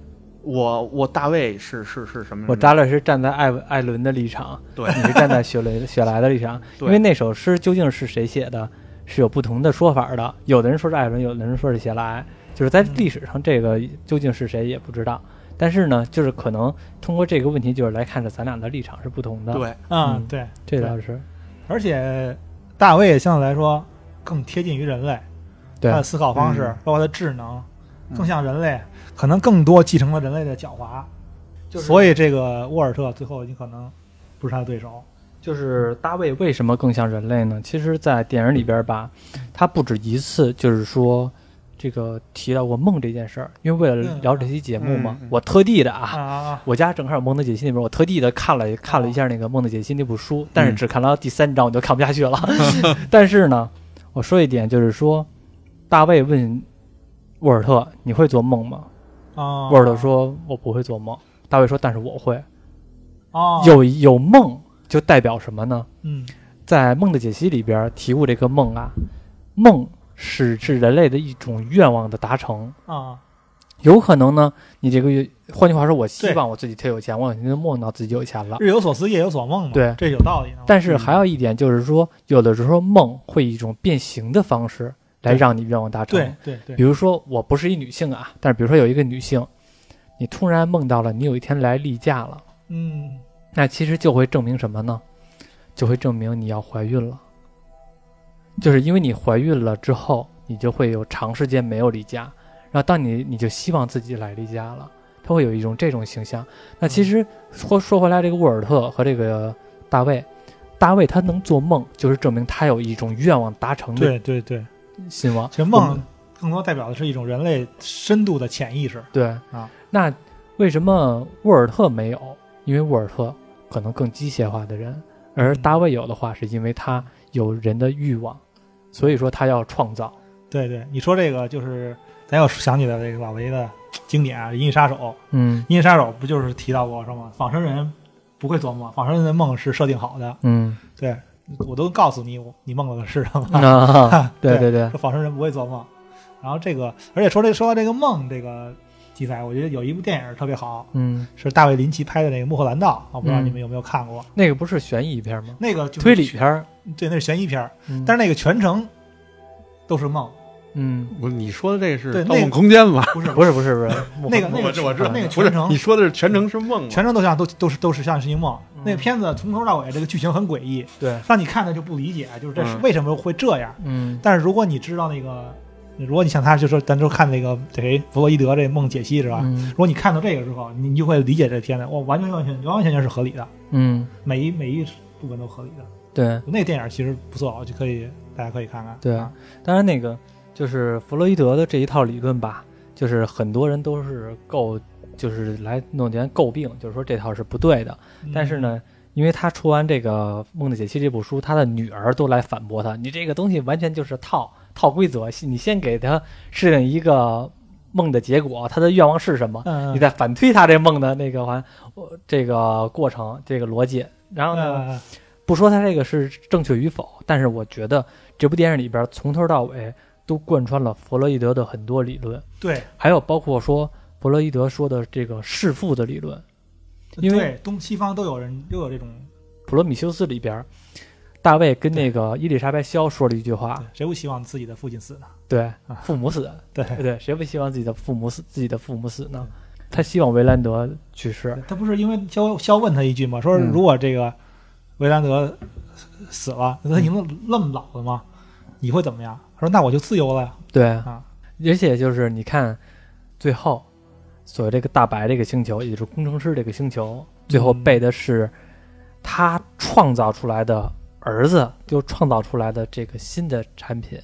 [SPEAKER 3] 我我大卫是是是什么？
[SPEAKER 1] 我
[SPEAKER 3] 大
[SPEAKER 1] 扎勒是站在艾文艾伦的立场，
[SPEAKER 3] 对
[SPEAKER 2] 嗯
[SPEAKER 1] 你是站在雪 [laughs] 雷雪莱的立场，因
[SPEAKER 3] 对
[SPEAKER 1] 为那首诗究竟是谁写的，是有不同的说法的。有的人说是艾伦，有的人说是雪莱，就是在历史上这个究竟是谁也不知道。但是呢，就是可能通过这个问题，就是来看着咱俩的立场是不同的。，
[SPEAKER 3] 对
[SPEAKER 2] 啊
[SPEAKER 1] 嗯，
[SPEAKER 2] 对，
[SPEAKER 1] 这倒是
[SPEAKER 2] 而且大卫相对来说更贴近于人类，
[SPEAKER 1] 对
[SPEAKER 2] 他的思考方式，
[SPEAKER 3] 嗯
[SPEAKER 2] 包括他智能，
[SPEAKER 3] 嗯
[SPEAKER 2] 更像人类，可能更多继承了人类的狡猾。
[SPEAKER 1] 就是
[SPEAKER 2] 所以这个沃尔特最后你可能不是他的对手。
[SPEAKER 1] 就是大卫为什么更像人类呢？其实，在电影里边吧，他不止一次就是说这个提到过梦这件事儿，因为为了
[SPEAKER 2] 嗯
[SPEAKER 1] 聊这期节目嘛，
[SPEAKER 3] 嗯嗯
[SPEAKER 1] 我特地的啊，
[SPEAKER 2] 啊，
[SPEAKER 1] 我家正好有《蒙特解析》那本，我特地的看了看了一下那个《蒙特解析》那部书，但是只看到第三章我就看不下去了。 [laughs] 但是呢，我说一点就是说，大卫问沃尔特：“你会做梦吗？”
[SPEAKER 2] 啊
[SPEAKER 1] 沃尔特，说：“我不会做梦。”大卫说：“但是我会。
[SPEAKER 2] 啊，
[SPEAKER 1] 有有梦就代表什么呢？
[SPEAKER 2] 嗯
[SPEAKER 1] 在《梦的解析》里边提过这个梦啊，梦是是人类的一种愿望的达成。
[SPEAKER 2] 啊，
[SPEAKER 1] 有可能呢，你这个，换句话说，我希
[SPEAKER 2] 对
[SPEAKER 1] 望我自己特有钱，我肯定梦到自己有钱了。
[SPEAKER 2] 日有所思，夜有所梦嘛，
[SPEAKER 1] 对
[SPEAKER 2] 这有道理的嘛。嗯
[SPEAKER 1] 但是还有一点就是说，有的时候梦会以一种变形的方式来
[SPEAKER 2] 对
[SPEAKER 1] 让你愿望达成。
[SPEAKER 2] 对对对
[SPEAKER 1] 比，如说我不是一女性啊，但是比如说有一个女性，你突然梦到了你有一天来例假了，
[SPEAKER 2] 嗯
[SPEAKER 1] 那其实就会证明什么呢？就会证明你要怀孕了，就是因为你怀孕了之后，你就会有长时间没有例假，然后当你你就希望自己来例假了，它会有一种这种形象。那其实说说回来，这个沃尔特和这个大卫，大卫他能做梦，就是证明他有一种愿望达成的
[SPEAKER 2] 对对对，
[SPEAKER 1] 信望。
[SPEAKER 2] 其实梦更多代表的是一种人类深度的潜意识。
[SPEAKER 1] 对
[SPEAKER 2] 啊，
[SPEAKER 1] 那为什么沃尔特没有？因为沃尔特可能更机械化的人，而大卫有的话，是因为他有人的欲望，所以说他要创造。
[SPEAKER 2] 对对，你说这个就是咱又想起来这个老雷的经典啊，《银翼杀手》。《
[SPEAKER 1] 嗯
[SPEAKER 2] 银翼杀手》不就是提到过说吗？仿生人不会做梦，仿生人的梦是设定好的。
[SPEAKER 1] 嗯
[SPEAKER 2] 对，我都告诉你，你梦的是什么。 [laughs]
[SPEAKER 1] 啊， [laughs] 对
[SPEAKER 2] 对
[SPEAKER 1] 对对，
[SPEAKER 2] 说仿生人不会做梦。然后这个，而且说这说到这个梦这个题材，我觉得有一部电影特别好，
[SPEAKER 1] 嗯，是
[SPEAKER 2] 是大卫林奇拍的那个《幕后蓝道》，啊我不知道
[SPEAKER 1] 嗯
[SPEAKER 2] 你们有没有看过？
[SPEAKER 1] 那个不是悬疑片吗？
[SPEAKER 2] 那个就是
[SPEAKER 1] 推理，片儿，
[SPEAKER 2] 对，那是悬疑片儿，
[SPEAKER 1] 嗯
[SPEAKER 2] 但是那个全程都是梦，
[SPEAKER 1] 嗯，
[SPEAKER 3] 不是你说的这是
[SPEAKER 2] 对
[SPEAKER 3] 《
[SPEAKER 2] 那
[SPEAKER 3] 盗梦
[SPEAKER 2] 个
[SPEAKER 3] 空间》吧？
[SPEAKER 2] 不是
[SPEAKER 1] 不是不是不是， [laughs]
[SPEAKER 2] 那个那
[SPEAKER 3] 我
[SPEAKER 2] 个
[SPEAKER 3] 知我知道
[SPEAKER 2] 那个
[SPEAKER 3] 不是
[SPEAKER 2] 全程嗯
[SPEAKER 3] 你说的是全程是梦吗？
[SPEAKER 2] 全程都像都都是都是像是一梦。
[SPEAKER 1] 嗯
[SPEAKER 2] 那个片子从头到尾这个剧情很诡异，
[SPEAKER 1] 对，
[SPEAKER 2] 让你看的就不理解，就是这是
[SPEAKER 3] 嗯
[SPEAKER 2] 为什么会这样。
[SPEAKER 1] 嗯
[SPEAKER 2] 但是如果你知道那个，如果你像他就说咱就看那个谁弗洛伊德这梦解析是吧？
[SPEAKER 1] 嗯
[SPEAKER 2] 如果你看到这个之后，你你就会理解这片子，我完全完全完完全全是合理的，
[SPEAKER 1] 嗯，
[SPEAKER 2] 每一每一部分都合理的。
[SPEAKER 1] 对。
[SPEAKER 2] 那电影其实不错，就可以大家可以看看。
[SPEAKER 1] 对
[SPEAKER 2] 啊，
[SPEAKER 1] 当然，那个就是弗洛伊德的这一套理论吧，就是很多人都是诟，就是来弄点诟病，就是说这套是不对的。
[SPEAKER 2] 嗯
[SPEAKER 1] 但是，呢，因为他出完这个《梦的解析》这部书，他的女儿都来反驳他，你这个东西完全就是套套规则，你先给他设定一个梦的结果，他的愿望是什么，
[SPEAKER 2] 嗯，
[SPEAKER 1] 你再反推他这梦的那个完，我这个过程，这个逻辑。然后呢，
[SPEAKER 2] 嗯
[SPEAKER 1] 不说它这个是正确与否，但是我觉得这部电影里边从头到尾都贯穿了弗洛伊德的很多理论，
[SPEAKER 2] 对，
[SPEAKER 1] 还有包括说弗洛伊德说的这个弑父的理论，因为
[SPEAKER 2] 对东西方都有人都有这种，
[SPEAKER 1] 《普罗米修斯》里边，大卫跟那个伊丽莎白肖说了一句话
[SPEAKER 2] 对，谁不希望自己的父亲死呢？
[SPEAKER 1] 对
[SPEAKER 2] 啊，
[SPEAKER 1] 父母死，
[SPEAKER 2] 对，
[SPEAKER 1] 对对，谁不希望自己的父母死，自己的父母死呢？他希望维兰德去世，
[SPEAKER 2] 他不是因为肖肖问他一句嘛，说
[SPEAKER 3] 嗯
[SPEAKER 2] 如果这个维兰德死了，那他已经那么老了吗？你会怎么样？他说那我就自由了呀。
[SPEAKER 1] 对
[SPEAKER 2] 啊，
[SPEAKER 1] 而且就是你看，最后所谓这个大白这个星球，也就是工程师这个星球，最后背的是他创造出来的儿子就创造出来的这个新的产品，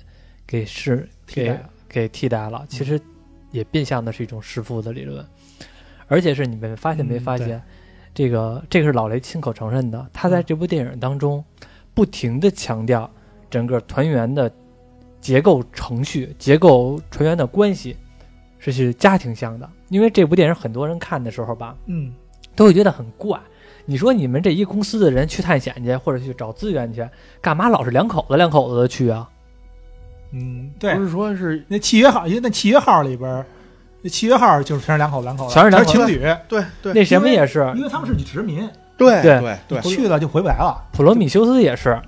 [SPEAKER 1] 给是
[SPEAKER 2] 替代
[SPEAKER 1] 给
[SPEAKER 2] 了
[SPEAKER 1] 给替代了。其实也变相的是一种弑父的理论，而且是你们发现没
[SPEAKER 2] 嗯
[SPEAKER 1] 发
[SPEAKER 2] 对
[SPEAKER 1] 现，这个这个是老雷亲口承认的，他在这部电影当中不停的强调整个团员的结构程序、结构成员的关系是是家庭向的，因为这部电影很多人看的时候吧，
[SPEAKER 2] 嗯，
[SPEAKER 1] 都会觉得很怪。你说你们这一公司的人去探险去，或者去找资源去，干嘛老是两口子两口子的去啊？
[SPEAKER 2] 嗯，对
[SPEAKER 3] 不，是说是
[SPEAKER 2] 那契约号，因为那契约号里边儿，那契约号就是全是两口子两口子，
[SPEAKER 1] 全是两口子
[SPEAKER 2] 情侣，
[SPEAKER 3] 对对
[SPEAKER 1] 那什么也是，
[SPEAKER 2] 因为他们是女殖民，
[SPEAKER 3] 对
[SPEAKER 1] 对
[SPEAKER 3] 对对，
[SPEAKER 2] 去了就回不来了。
[SPEAKER 1] 普罗米修斯也是，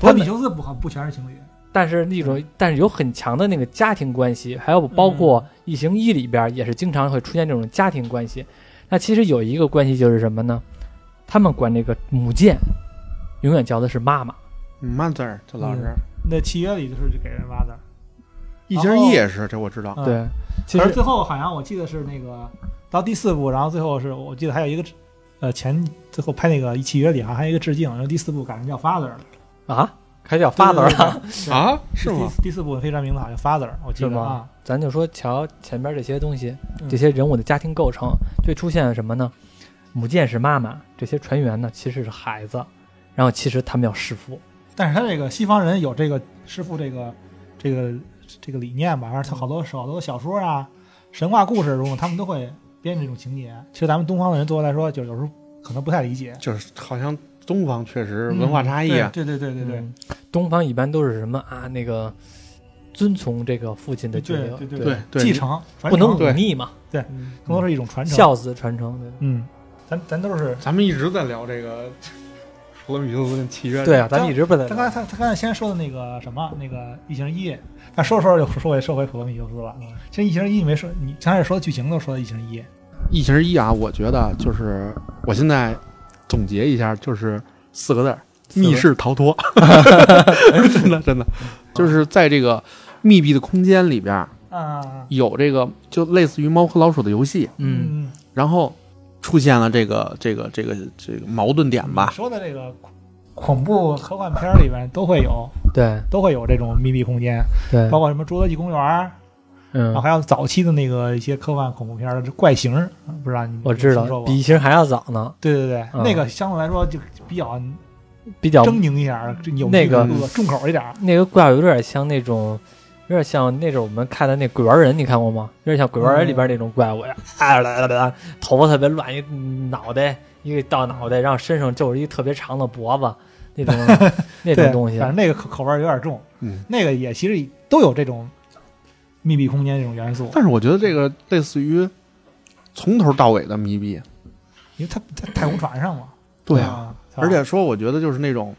[SPEAKER 2] 普罗米修斯不好，不全是情侣，
[SPEAKER 1] 但是那种但是有很强的那个家庭关系，还有包括《异形一》里边也是经常会出现这种家庭关系。那其实有一个关系就是什么呢？他们管这个母舰永远叫的是妈妈，
[SPEAKER 3] mother 这老师，
[SPEAKER 2] 那契约里就是给人挖的。
[SPEAKER 3] 嗯一行一也是这我知道，
[SPEAKER 2] 嗯，
[SPEAKER 1] 对。其
[SPEAKER 2] 可是
[SPEAKER 1] 实
[SPEAKER 2] 最后好像我记得是那个到第四部，然后最后是我记得还有一个，呃，前最后拍那个契约里好啊像还有一个致敬，然后第四部改名叫 Father 了
[SPEAKER 1] 啊，还叫 father
[SPEAKER 2] 对对
[SPEAKER 1] 了。
[SPEAKER 2] 对
[SPEAKER 1] [laughs]
[SPEAKER 2] 对
[SPEAKER 3] 啊，
[SPEAKER 2] 第
[SPEAKER 3] 是吗？
[SPEAKER 2] 第第四部非常名字好像 Father，我记
[SPEAKER 1] 是
[SPEAKER 2] 得
[SPEAKER 1] 吗
[SPEAKER 2] 啊，
[SPEAKER 1] 咱就说瞧前边这些东西，
[SPEAKER 2] 嗯
[SPEAKER 1] 这些人物的家庭构成，就出现了什么呢？母舰是妈妈，这些船员呢其实是孩子，然后其实他们要弑父。
[SPEAKER 2] 但是他这个西方人有这个弑父这个这个这个理念吧，反正他好多好多小说啊、神话故事中，他们都会编这种情节。其实咱们东方的人作为来说，就有时候可能不太理解
[SPEAKER 3] 就是好像东方确实文化差异
[SPEAKER 2] 嗯
[SPEAKER 3] 啊，
[SPEAKER 2] 对对对对对
[SPEAKER 1] 嗯东方一般都是什么啊？那个遵从这个父亲的
[SPEAKER 2] 对
[SPEAKER 1] 决定，
[SPEAKER 2] 对对
[SPEAKER 3] 对对，
[SPEAKER 2] 继承传
[SPEAKER 1] 不能
[SPEAKER 2] 承
[SPEAKER 1] 忤逆嘛，
[SPEAKER 2] 对
[SPEAKER 1] 嗯，
[SPEAKER 2] 更多是一种传承。
[SPEAKER 1] 孝子传承，对吧
[SPEAKER 2] 嗯，咱咱都是
[SPEAKER 3] 咱们一直在聊这个普罗米修斯跟契约，
[SPEAKER 1] 对啊，咱
[SPEAKER 2] 咱
[SPEAKER 1] 们一直不在
[SPEAKER 2] 他刚才他他刚才先说的那个什么那个异形一，但说着说着就说回说回普罗米修斯了。其实异形一你没说，你刚开始说剧情都说的异形一，
[SPEAKER 3] 一行一啊，我觉得就是我现在总结一下，就是四个字儿：
[SPEAKER 1] 四个
[SPEAKER 3] 密室逃 [laughs] 脱。真的真的，就是在这个密闭的空间里边儿
[SPEAKER 2] 啊，
[SPEAKER 3] 有这个就类似于猫和老鼠的游戏，
[SPEAKER 1] 嗯，
[SPEAKER 2] 嗯，
[SPEAKER 3] 然后出现了这个这个这个这个矛盾点
[SPEAKER 2] 你
[SPEAKER 3] 吧。
[SPEAKER 2] 说的这个恐怖科幻片里边都会有，
[SPEAKER 1] 对
[SPEAKER 2] 都会有这种密闭空间，
[SPEAKER 1] 对
[SPEAKER 2] 包，括什啊么《侏罗纪公园》，然后
[SPEAKER 1] 嗯，
[SPEAKER 2] 还有早期的那个一些科幻恐怖片儿，这怪形儿，不知道你们
[SPEAKER 1] 我知
[SPEAKER 2] 听说
[SPEAKER 1] 道，
[SPEAKER 2] 过
[SPEAKER 1] 比异形还要早呢，
[SPEAKER 2] 对对对，
[SPEAKER 1] 嗯
[SPEAKER 2] 那个相对来说就比较
[SPEAKER 1] 比较
[SPEAKER 2] 狰狞一点儿，这有
[SPEAKER 1] 那个
[SPEAKER 2] 有重口一点儿。
[SPEAKER 1] 那个怪物有点像那种，有点像那种我们看的那鬼玩人，你看过吗？有点像鬼玩人里边那种怪物呀，啊啦啦啦啦，头发特别乱，一脑袋一个大脑袋，然后身上就是一特别长的脖子那
[SPEAKER 2] [laughs]
[SPEAKER 1] 种那
[SPEAKER 2] 对，
[SPEAKER 1] 种东西
[SPEAKER 2] 反。正那个口口味儿有点重，
[SPEAKER 3] 嗯，
[SPEAKER 2] 那个也其实都有这种密闭空间这种元素，
[SPEAKER 3] 但是我觉得这个类似于从头到尾的密闭，
[SPEAKER 2] 因为它在太空船上嘛。
[SPEAKER 3] 对啊，
[SPEAKER 2] 啊，
[SPEAKER 3] 而且说我觉得就是那种，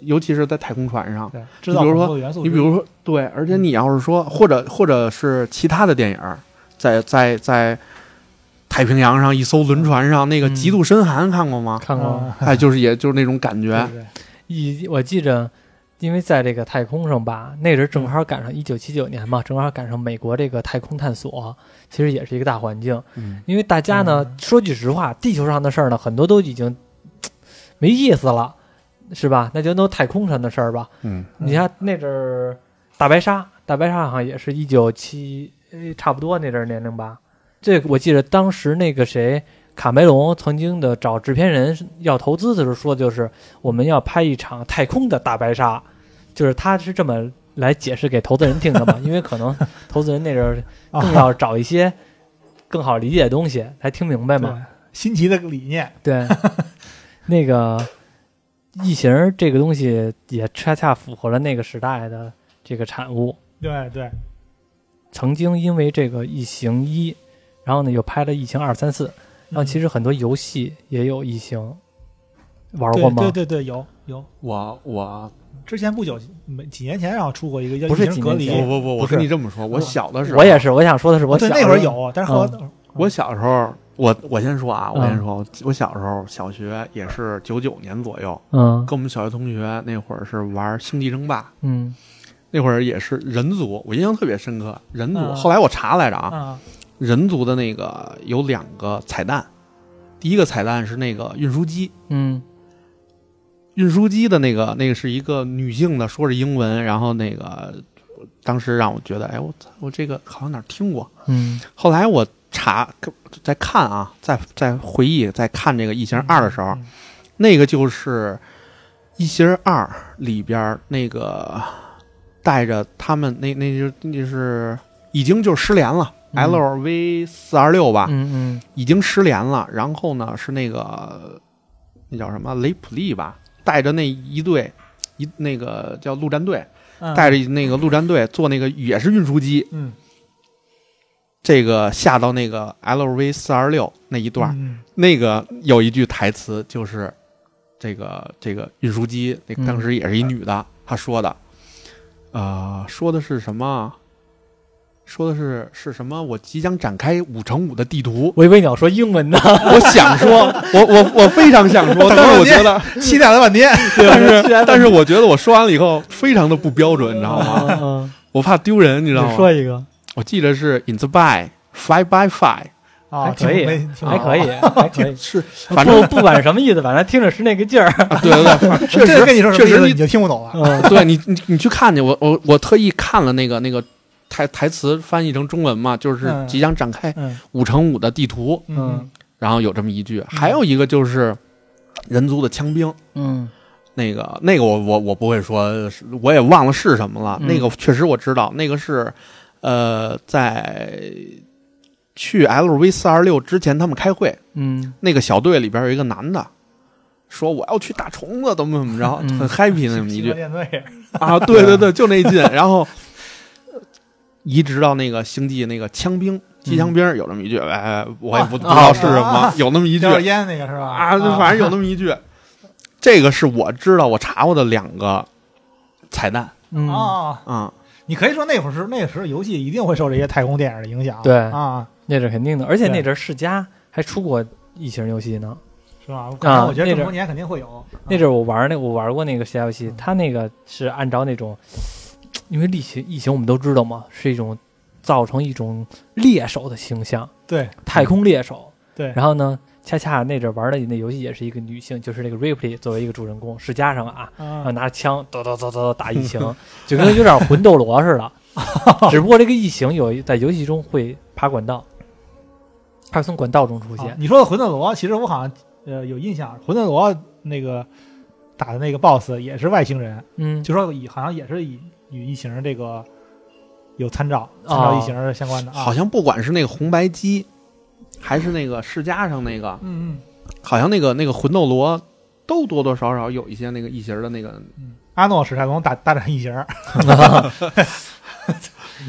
[SPEAKER 3] 尤其是在太空船上，
[SPEAKER 2] 对，制造
[SPEAKER 3] 比如
[SPEAKER 2] 恐
[SPEAKER 3] 说
[SPEAKER 2] 怖的元素之
[SPEAKER 3] 你
[SPEAKER 2] 一，
[SPEAKER 3] 比如说，对，而且你要是说，或者或者是其他的电影儿，在在在太平洋上一艘轮船上，那个
[SPEAKER 1] 嗯
[SPEAKER 3] 极度深寒看过吗？
[SPEAKER 1] 看过吗，
[SPEAKER 2] 啊，
[SPEAKER 3] 哎，就是也就是那种感觉
[SPEAKER 2] 对，对对
[SPEAKER 1] 一我记着，因为在这个太空上吧，那时候正好赶上一九七九年嘛，正好赶上美国这个太空探索，其实也是一个大环境。
[SPEAKER 3] 嗯，
[SPEAKER 1] 因为大家呢，
[SPEAKER 2] 嗯
[SPEAKER 1] 说句实话，地球上的事儿呢，很多都已经嘖没意思了，是吧？那就弄太空上的事儿吧。
[SPEAKER 3] 嗯，
[SPEAKER 2] 嗯
[SPEAKER 1] 你看那阵儿大白鲨，大白鲨好像也是一九七，差不多那阵儿年龄吧。这我记得当时那个谁，卡梅隆曾经的找制片人要投资的时候说，就是我们要拍一场太空的大白鲨，就是他是这么来解释给投资人听的嘛，因为可能投资人那阵儿更
[SPEAKER 2] 啊，
[SPEAKER 1] 要找一些更好理解的东西来听明白
[SPEAKER 2] [laughs] 对
[SPEAKER 1] 嘛。
[SPEAKER 2] 新奇的理念，
[SPEAKER 1] 对，那个异形儿这个东西也恰恰符合了那个时代的这个产物。
[SPEAKER 2] 对对，
[SPEAKER 1] 曾经因为这个异形一，然后呢又拍了异形二三四，然后其
[SPEAKER 2] 实
[SPEAKER 1] 实很多游戏也有异形，玩
[SPEAKER 2] 对
[SPEAKER 1] 过吗？
[SPEAKER 2] 对对对，有有，
[SPEAKER 3] 我我
[SPEAKER 2] 之前不久没几年前，然后出过一个叫
[SPEAKER 1] 不是
[SPEAKER 2] 疫情隔
[SPEAKER 1] 几
[SPEAKER 2] 离，
[SPEAKER 1] 年
[SPEAKER 3] 我
[SPEAKER 1] 前
[SPEAKER 3] 我我我
[SPEAKER 1] 不是
[SPEAKER 3] 跟你这么说，我小的时候，
[SPEAKER 1] 我也，是，我想说的是，我
[SPEAKER 2] 哦对
[SPEAKER 1] 小
[SPEAKER 2] 那
[SPEAKER 1] 时
[SPEAKER 2] 会
[SPEAKER 1] 候
[SPEAKER 2] 儿，有，但是
[SPEAKER 3] 嗯
[SPEAKER 2] 和
[SPEAKER 3] 我小时候，我我先说啊，
[SPEAKER 1] 嗯
[SPEAKER 3] 我先说，我小时候小学也是九九年左右，
[SPEAKER 1] 嗯
[SPEAKER 3] 跟我们小学同学那会儿是玩《星际争霸》，
[SPEAKER 1] 嗯
[SPEAKER 3] 那会儿也是人族，我印象特别深刻，人族。
[SPEAKER 2] 嗯
[SPEAKER 3] 后来我查来着啊，
[SPEAKER 2] 啊，
[SPEAKER 3] 人族的那个有两个彩蛋，第一个彩蛋是那个运输机，
[SPEAKER 1] 嗯
[SPEAKER 3] 运输机的那个那个是一个女性的，说是英文，然后那个当时让我觉得，哎，我操我这个好像哪儿听过。
[SPEAKER 1] 嗯
[SPEAKER 3] 后来我查在看啊，在在回忆在看这个《异形二》的时候，
[SPEAKER 2] 嗯
[SPEAKER 3] 那个就是《异形二》里边儿那个带着他们那那就那就是已经就失联了。
[SPEAKER 1] 嗯
[SPEAKER 3] LV 四二六吧，
[SPEAKER 1] 嗯
[SPEAKER 3] 已经失联了。然后呢，是那个那叫什么雷普利吧，带着那一队一那个叫陆战队，
[SPEAKER 2] 嗯
[SPEAKER 3] 带着那个陆战队坐那个也是运输机，
[SPEAKER 2] 嗯
[SPEAKER 3] 这个下到那个 LV 四二六那一段儿，
[SPEAKER 2] 嗯
[SPEAKER 3] 那个有一句台词就是这个这个运输机，那个
[SPEAKER 1] 嗯
[SPEAKER 3] 当时也是一女的，她说的，呃，说的是什么？说的是是什么？我即将展开五乘五的
[SPEAKER 2] [laughs]
[SPEAKER 3] 地图，
[SPEAKER 1] 我以为你要说英文呢，
[SPEAKER 3] 我想说，我我我非常想说，但是我觉得，
[SPEAKER 2] 期待了半 [laughs]
[SPEAKER 3] [laughs]
[SPEAKER 2] 天，
[SPEAKER 3] 但是但是我觉得我说完了以后非常的不标准，你知道吗？
[SPEAKER 1] 嗯，
[SPEAKER 3] 我怕丢人，你知道
[SPEAKER 1] 你
[SPEAKER 3] 吗
[SPEAKER 1] 说？一个，
[SPEAKER 3] 我记得是 in the by five by five，
[SPEAKER 2] 啊，
[SPEAKER 1] 还可以
[SPEAKER 2] 挺挺
[SPEAKER 1] 还可以，还可以，
[SPEAKER 3] 是反正
[SPEAKER 1] 不不管什么意思，反正听着是那个劲儿。
[SPEAKER 3] 啊对对对，确
[SPEAKER 2] 这
[SPEAKER 3] 实
[SPEAKER 2] 跟你说什
[SPEAKER 3] 确
[SPEAKER 2] 么意
[SPEAKER 3] 实
[SPEAKER 2] 思
[SPEAKER 3] 你
[SPEAKER 2] 你就听不懂了。
[SPEAKER 1] 嗯
[SPEAKER 3] 对你你你去看去，我我我特意看了那个那个台台词翻译成中文嘛，就是
[SPEAKER 2] 嗯
[SPEAKER 3] 即将展开
[SPEAKER 2] 嗯
[SPEAKER 3] 五乘五的地图，
[SPEAKER 1] 嗯
[SPEAKER 3] 然后有这么一句，还有一个就是人族的枪兵。
[SPEAKER 1] 嗯
[SPEAKER 3] 那个那个我我我不会说，是我也忘了是什么了。
[SPEAKER 1] 嗯
[SPEAKER 3] 那个确实我知道，那个是，呃，在去 LV 四二六之前，他们开会，
[SPEAKER 1] 嗯
[SPEAKER 3] 那个小队里边有一个男的，说我要去打虫子，怎么怎么着，
[SPEAKER 1] 嗯
[SPEAKER 3] 很 happy 那么一
[SPEAKER 2] 新
[SPEAKER 3] 句
[SPEAKER 2] 闻舰队
[SPEAKER 3] 啊，对对对，就那一劲，然后呃移植到那个星际那个枪兵机枪兵有这么一句，哎，我也不不知道是什么
[SPEAKER 2] 啊，
[SPEAKER 3] 有那么一句
[SPEAKER 2] 叼着烟那个是吧？
[SPEAKER 3] 啊，就反正有那么一句。 [laughs] 这个是我知道，我查过的两个彩蛋
[SPEAKER 1] 嗯
[SPEAKER 2] 啊，
[SPEAKER 3] 啊、
[SPEAKER 2] 你可以说那会儿是那时候游戏一定会受这些太空电影的影响，
[SPEAKER 1] 对
[SPEAKER 2] 啊，
[SPEAKER 1] 那是肯定的，而且
[SPEAKER 2] 对嗯
[SPEAKER 1] 那阵儿世嘉还出过异形游戏呢。
[SPEAKER 2] 是吧？可能我觉得
[SPEAKER 1] 那阵
[SPEAKER 2] 这么
[SPEAKER 1] 儿
[SPEAKER 2] 多年肯定会有，
[SPEAKER 1] 那阵儿我玩那我玩过那个世嘉游戏
[SPEAKER 2] 嗯，
[SPEAKER 1] 它那个是按照那种，因为异形异形我们都知道嘛，是一种造成一种猎手的形象，
[SPEAKER 2] 对
[SPEAKER 1] 太空猎手。
[SPEAKER 2] 嗯对
[SPEAKER 1] 然后呢，恰恰那阵玩的那游戏也是一个女性，就是这个 Ripley 作为一个主人公，世嘉上啊，然后
[SPEAKER 2] 啊，
[SPEAKER 1] 拿着枪叨叨叨叨叨打异形，就跟有点魂斗罗似的。 [laughs] 只不过这个异形有一在游戏中会爬管道，它从管道中出现。
[SPEAKER 2] 你说的魂斗罗，其实我好像呃有印象，魂斗罗那个打的那个 BOSS 也是外星人，
[SPEAKER 1] 嗯，
[SPEAKER 2] 就说以好像也是以与异形这个有参照，参照异形儿相关的啊。
[SPEAKER 3] 好像不管是那个红白机，还是那个世嘉上那个，
[SPEAKER 2] 嗯嗯
[SPEAKER 3] 好像那个那个魂斗罗都多多少少有一些那个异形的那个，
[SPEAKER 2] 嗯，阿诺史泰龙打大战异形儿，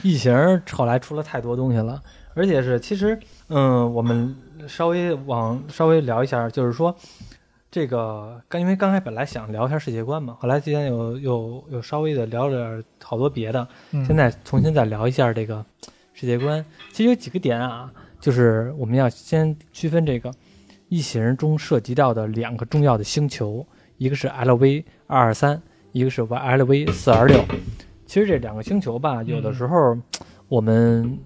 [SPEAKER 1] 异形儿后来出了太多东西了，而且是其实，嗯，我们稍微往稍微聊一下，就是说这个刚因为刚才本来想聊一下世界观嘛，后来今天有有有稍微的聊了点儿好多别的，
[SPEAKER 2] 嗯
[SPEAKER 1] 现在重新再聊一下这个世界观。其实有几个点啊，就是我们要先区分这个异形中涉及到的两个重要的星球，一个是 LV 二二三，一个是 LV 四二六。其实这两个星球吧，有的时候我们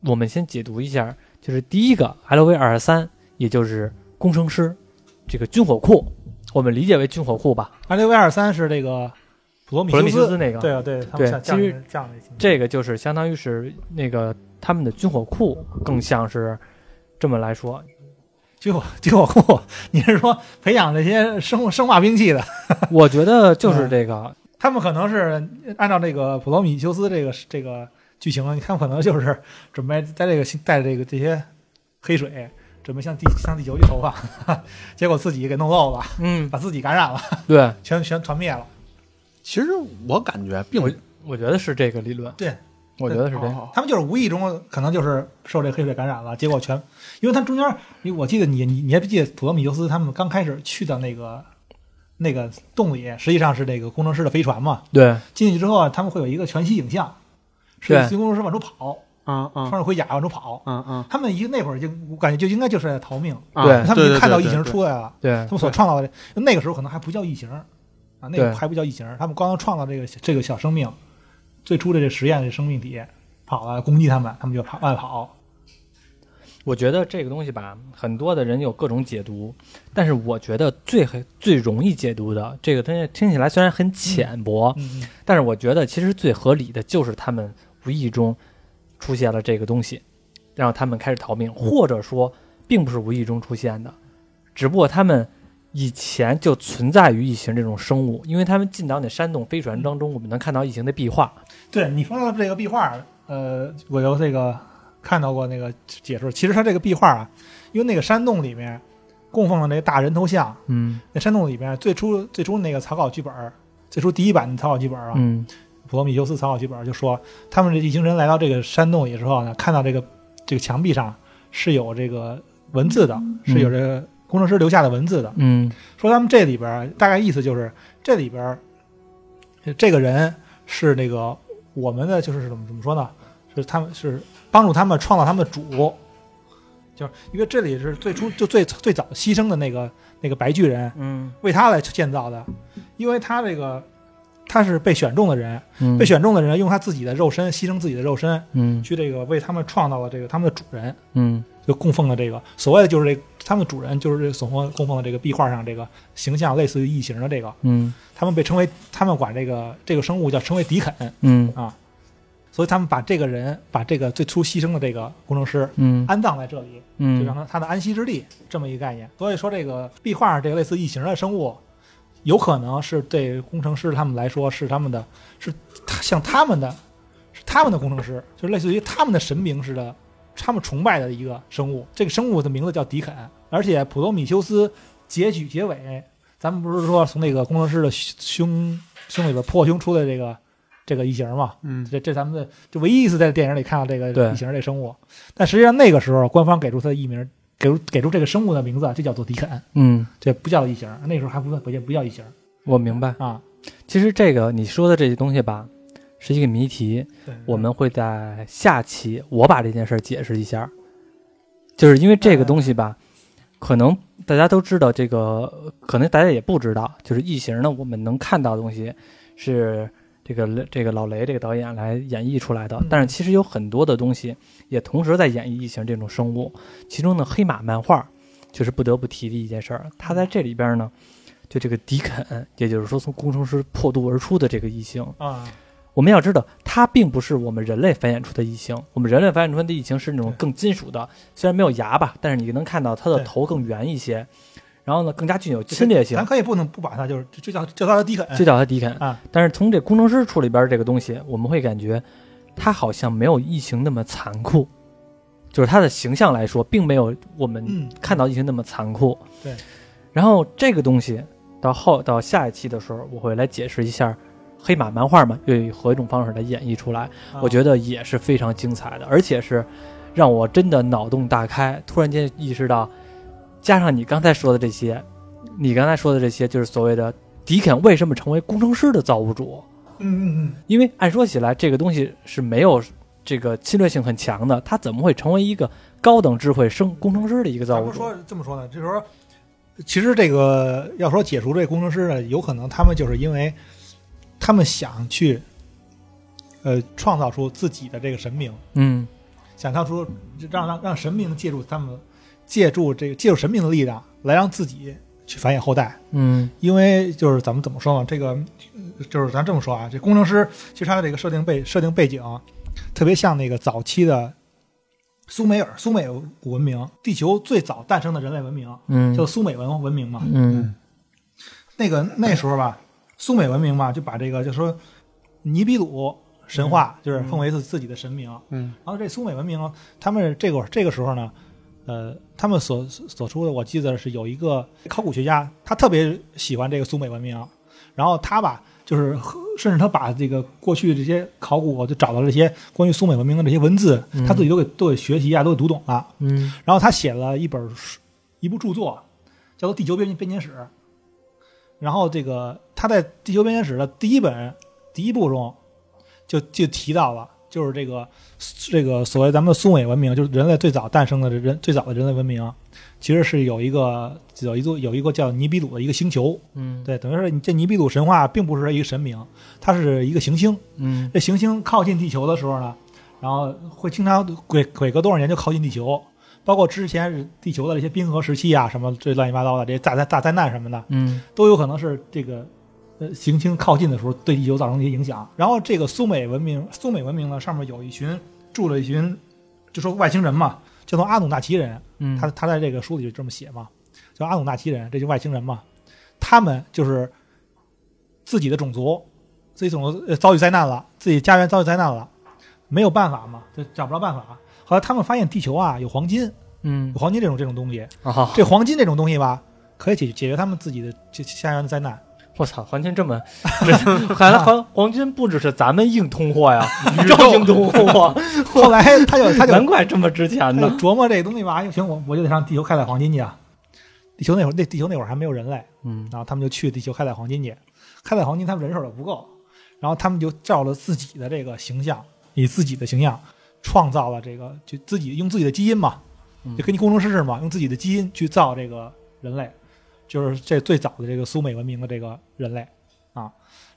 [SPEAKER 1] 我们先解读一下，就是第一个 LV 二二三，也就是工程师这个军火库，我们理解为军火库吧。
[SPEAKER 2] 二六 V 二三是这个普罗米
[SPEAKER 1] 普罗米修
[SPEAKER 2] 斯
[SPEAKER 1] 斯那个
[SPEAKER 2] 对啊对，他
[SPEAKER 1] 对
[SPEAKER 2] 们像
[SPEAKER 1] 其实
[SPEAKER 2] 这样的星球
[SPEAKER 1] 这个就是相当于是那个他们的军火库，更像是这么来说，
[SPEAKER 2] 军 [laughs] 火军火库，你是说培养那些生生化兵器的？
[SPEAKER 1] 我觉得就是这个，
[SPEAKER 2] 他们可能是按照这个普罗米修斯这个这个剧情，他们可能就是准备在这个星带着这个这些黑水，准备向地向地球去投放， [laughs] 结果自己给弄漏了， [laughs]
[SPEAKER 1] 嗯，
[SPEAKER 2] 把自己感染了，
[SPEAKER 1] 对，
[SPEAKER 2] 全全团灭了。
[SPEAKER 3] 其实我感觉并不
[SPEAKER 1] 我觉得是这个理论，
[SPEAKER 2] 对，
[SPEAKER 1] 我觉得是这样，
[SPEAKER 3] 哦
[SPEAKER 2] 他们就是无意中可能就是受这黑水感染了，结果全，因为他中间，你我记得你你你还记得普罗米修斯他们刚开始去的那个那个洞里，实际上是那个工程师的飞船嘛。
[SPEAKER 1] 对，
[SPEAKER 2] 进去之后啊，他们会有一个全息影像，是
[SPEAKER 1] 对
[SPEAKER 2] 新工程师往出跑，
[SPEAKER 3] 啊
[SPEAKER 2] 穿
[SPEAKER 3] 啊
[SPEAKER 2] 着盔甲往出跑。
[SPEAKER 3] 啊啊！
[SPEAKER 2] 他们一那会儿就我感觉就应该就是在逃命，
[SPEAKER 3] 啊
[SPEAKER 1] 对
[SPEAKER 2] 他们已经
[SPEAKER 3] 对
[SPEAKER 2] 看到异
[SPEAKER 3] 对
[SPEAKER 2] 形
[SPEAKER 3] 对
[SPEAKER 2] 出来了，
[SPEAKER 1] 对
[SPEAKER 2] 他，们所创造的这那个时候可能还不叫异形啊，
[SPEAKER 1] 对
[SPEAKER 2] 那个还不叫异形，他们刚刚创造这个这个小生命，最初的这实验的生命体跑了攻击他们，他们就跑外跑。
[SPEAKER 1] 我觉得这个东西吧，很多的人有各种解读，但是我觉得最最容易解读的这个东西听起来虽然很浅薄，
[SPEAKER 2] 嗯嗯
[SPEAKER 1] 但是我觉得其实最合理的就是他们无意中出现了这个东西，让他们开始逃命，或者说并不是无意中出现的，只不过他们以前就存在于异形这种生物，因为他们进到那山洞飞船当中，我们能看到异形的壁画。
[SPEAKER 2] 对你说到这个壁画，呃，我有这个看到过那个解释，其实它这个壁画啊，因为那个山洞里面供奉了那大人头像，
[SPEAKER 1] 嗯
[SPEAKER 2] 那山洞里面最初最初那个草稿剧本儿，最初第一版的草稿剧本儿啊，
[SPEAKER 1] 嗯
[SPEAKER 2] 普罗米修斯草稿剧本儿就说，他们这一行人来到这个山洞里之后呢，看到这个这个墙壁上是有这个文字的，是有这个工程师留下的文字的，
[SPEAKER 1] 嗯
[SPEAKER 2] 说他们这里边儿大概意思就是这里边儿这个人是那个我们的就是怎么怎么说呢？是他们是帮助他们创造他们的主，就是因为这里是最初就最最早牺牲的那个那个白巨人
[SPEAKER 1] 嗯
[SPEAKER 2] 为他来建造的，因为他这个他是被选中的人，
[SPEAKER 1] 嗯
[SPEAKER 2] 被选中的人用他自己的肉身牺牲自己的肉身
[SPEAKER 1] 嗯
[SPEAKER 2] 去这个为他们创造了这个他们的主人，
[SPEAKER 1] 嗯
[SPEAKER 2] 就供奉了这个所谓的就是这他们的主人就是这所奉供奉的这个壁画上这个形象类似于异形的这个，
[SPEAKER 1] 嗯
[SPEAKER 2] 他们被称为他们管这个这个生物叫称为迪肯，啊
[SPEAKER 1] 嗯
[SPEAKER 2] 所以他们把这个人把这个最初牺牲的这个工程师
[SPEAKER 1] 嗯
[SPEAKER 2] 安葬在这里，就让
[SPEAKER 1] 嗯
[SPEAKER 2] 他他的安息之地这么一个概念。所以说这个壁画这个类似异形的生物，有可能是对工程师他们来说是他们的是他像他们的是他们的工程师，就类似于他们的神明似的，他们崇拜的一个生物。这个生物的名字叫迪肯，而且普罗米修斯结局结尾，咱们不是说从那个工程师的胸胸里边破胸出的这个这个异形吗？
[SPEAKER 3] 嗯，
[SPEAKER 2] 这这咱们的就唯一一次在电影里看到这
[SPEAKER 1] 对
[SPEAKER 2] 个异形这生物，但实际上那个时候官方给出它的艺名，给出给出这个生物的名字，啊这叫做迪肯，
[SPEAKER 1] 嗯，
[SPEAKER 2] 这不叫异形，那时候还不算不叫不叫异形
[SPEAKER 1] 我明白。
[SPEAKER 2] 啊。
[SPEAKER 1] 其实这个你说的这些东西吧，是一个谜题。
[SPEAKER 2] 嗯
[SPEAKER 1] 我们会在下期我把这件事儿解释一下，就是因为这个东西吧，可能大家都知道，这个可能大家也不知道，就是异形呢，我们能看到的东西是这个这个老雷这个导演来演绎出来的
[SPEAKER 2] 嗯，
[SPEAKER 1] 但是其实有很多的东西也同时在演绎异形这种生物，其中呢，黑马漫画就是不得不提的一件事儿。他在这里边呢，就这个迪肯，也就是说从工程师破肚而出的这个异形，
[SPEAKER 2] 啊，
[SPEAKER 1] 我们要知道，它并不是我们人类繁衍出的异形。我们人类繁衍出的异形是那种
[SPEAKER 2] 对
[SPEAKER 1] 更金属的，虽然没有牙吧，但是你能看到它的
[SPEAKER 2] 对
[SPEAKER 1] 头更圆一些，然后呢更加具有侵略性
[SPEAKER 2] 咱，可以不能不把它就是就就叫就叫它低肯，
[SPEAKER 1] 这叫它迪肯。
[SPEAKER 2] 啊
[SPEAKER 1] 但是从这工程师处里边这个东西，我们会感觉它好像没有异形那么残酷，就是它的形象来说，并没有我们
[SPEAKER 2] 嗯
[SPEAKER 1] 看到异形那么残酷。
[SPEAKER 2] 对。
[SPEAKER 1] 然后这个东西到后到下一期的时候，我会来解释一下黑马漫画嘛，又以何一种方式来演绎出来。
[SPEAKER 2] 啊
[SPEAKER 1] 我觉得也是非常精彩的，而且是让我真的脑洞大开，突然间意识到，加上你刚才说的这些，你刚才说的这些，就是所谓的迪肯为什么成为工程师的造物主？
[SPEAKER 2] 嗯嗯
[SPEAKER 1] 因为按说起来，这个东西是没有这个侵略性很强的，他怎么会成为一个高等智慧生工程师的一个
[SPEAKER 2] 嗯，
[SPEAKER 1] 造
[SPEAKER 2] 咱
[SPEAKER 1] 物
[SPEAKER 2] 们
[SPEAKER 1] 主？
[SPEAKER 2] 说这么说呢，就是说，其实这个要说解除这工程师呢，有可能他们就是因为他们想去呃创造出自己的这个神明，
[SPEAKER 1] 嗯
[SPEAKER 2] 想当初让让让神明借助他们，借助这个借助神明的力量来让自己去繁衍后代。
[SPEAKER 1] 嗯
[SPEAKER 2] 因为就是咱们怎么说呢？这个呃就是咱这么说啊，这工程师其实他的这个设定背设定背景啊、特别像那个早期的苏美尔苏美古文明，地球最早诞生的人类文明
[SPEAKER 1] 嗯
[SPEAKER 2] 叫苏美文文明嘛。
[SPEAKER 1] 嗯
[SPEAKER 2] 那个那时候吧，苏美文明嘛，就把这个就说尼比鲁神话就是奉为自自己的神明。
[SPEAKER 3] 嗯
[SPEAKER 2] 然后这苏美文明啊，他们这个这个时候呢，呃，他们所所出的，我记得是有一个考古学家，他特别喜欢这个苏美文明，然后他吧，就是和甚至他把这个过去这些考古就找到了这些关于苏美文明的这些文字，
[SPEAKER 1] 嗯
[SPEAKER 2] 他自己都给都给学习啊，都给读懂了。
[SPEAKER 1] 嗯
[SPEAKER 2] 然后他写了一本书一部著作，叫做《地球编编年史》。然后这个他在《地球编年史》的第一本第一部中就就提到了，就是这个这个所谓咱们的苏美文明，就是人类最早诞生的人最早的人类文明，其实是有一个有一座有一个叫尼比鲁的一个星球。
[SPEAKER 1] 嗯
[SPEAKER 2] 对，等于是这尼比鲁神话并不是一个神明，它是一个行星。
[SPEAKER 1] 嗯
[SPEAKER 2] 这行星靠近地球的时候呢，然后会经常鬼鬼隔多少年就靠近地球，包括之前地球的这些冰河时期啊，什么这乱七八糟的这些大灾大灾难什么的，
[SPEAKER 1] 嗯
[SPEAKER 2] 都有可能是这个呃行星靠近的时候对地球造成的一些影响。然后这个苏美文明，苏美文明呢上面有一群住了一群，就说外星人嘛，叫做阿努纳奇人，
[SPEAKER 1] 嗯，
[SPEAKER 2] 他他在这个书里就这么写嘛，叫阿努纳奇人，这就外星人嘛，他们就是自己的种族，自己种族呃遭遇灾难了，自己家园遭遇灾难了，没有办法嘛，就找不着办法。后来他们发现地球啊有黄金，
[SPEAKER 1] 嗯
[SPEAKER 2] 有黄金这种这种东西，
[SPEAKER 1] 啊，
[SPEAKER 2] 这黄金这种东西吧，可以解决解决他们自己的这家园的灾难。
[SPEAKER 1] 我操，黄金这么，看来黄黄金不只是咱们硬通货呀，宇宙硬通 [laughs] 货，
[SPEAKER 2] 后来他就他就
[SPEAKER 1] 难怪这么值钱
[SPEAKER 2] 他就
[SPEAKER 1] 呢。
[SPEAKER 2] 琢磨这东西吧，哎行，我我就得上地球开采黄金去啊。地球那会儿那地球那会儿还没有人类，
[SPEAKER 1] 嗯
[SPEAKER 2] 然后他们就去地球开采黄金去，开采黄金他们人手也不够，然后他们就照着自己的这个形象，以自己的形象创造了这个，就自己用自己的基因嘛
[SPEAKER 1] 嗯，
[SPEAKER 2] 就跟你工程师似的嘛，用自己的基因去造这个人类，就是这最早的这个苏美文明的这个人类啊，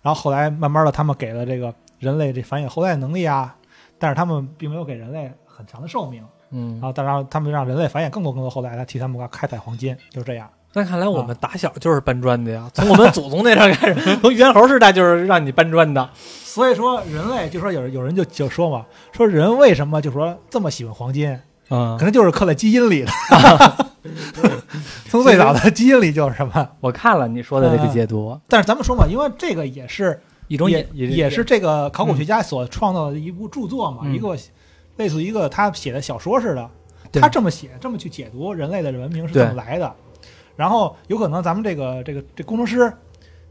[SPEAKER 2] 然后后来慢慢的他们给了这个人类这繁衍后代的能力啊，但是他们并没有给人类很长的寿命，然
[SPEAKER 1] 嗯，
[SPEAKER 2] 后但让他们让人类繁衍更多更多后代来替他们开采黄金，就是这样。
[SPEAKER 1] 那看来我们打小就是搬砖的呀，从我们祖宗那阵儿开始，从猿猴时代就是让你搬砖的。
[SPEAKER 2] 所以说，人类就说有有人就就说嘛，说人为什么就说这么喜欢黄金，
[SPEAKER 1] 嗯
[SPEAKER 2] 可，能就是刻在基因里的。 [laughs] 从最早的基因里就是什么？
[SPEAKER 1] 我看了你说的这个解读，
[SPEAKER 2] 但是咱们说嘛，因为这个也是
[SPEAKER 1] 嗯一种
[SPEAKER 2] 也
[SPEAKER 1] 也
[SPEAKER 2] 也是这个考古学家所创造的一部著作嘛，
[SPEAKER 1] 嗯
[SPEAKER 2] 一个类似于一个他写的小说似的，
[SPEAKER 1] 对
[SPEAKER 2] 他这么写，这么去解读人类的文明是
[SPEAKER 1] 对
[SPEAKER 2] 怎么来的。然后有可能咱们这个这个这工程师，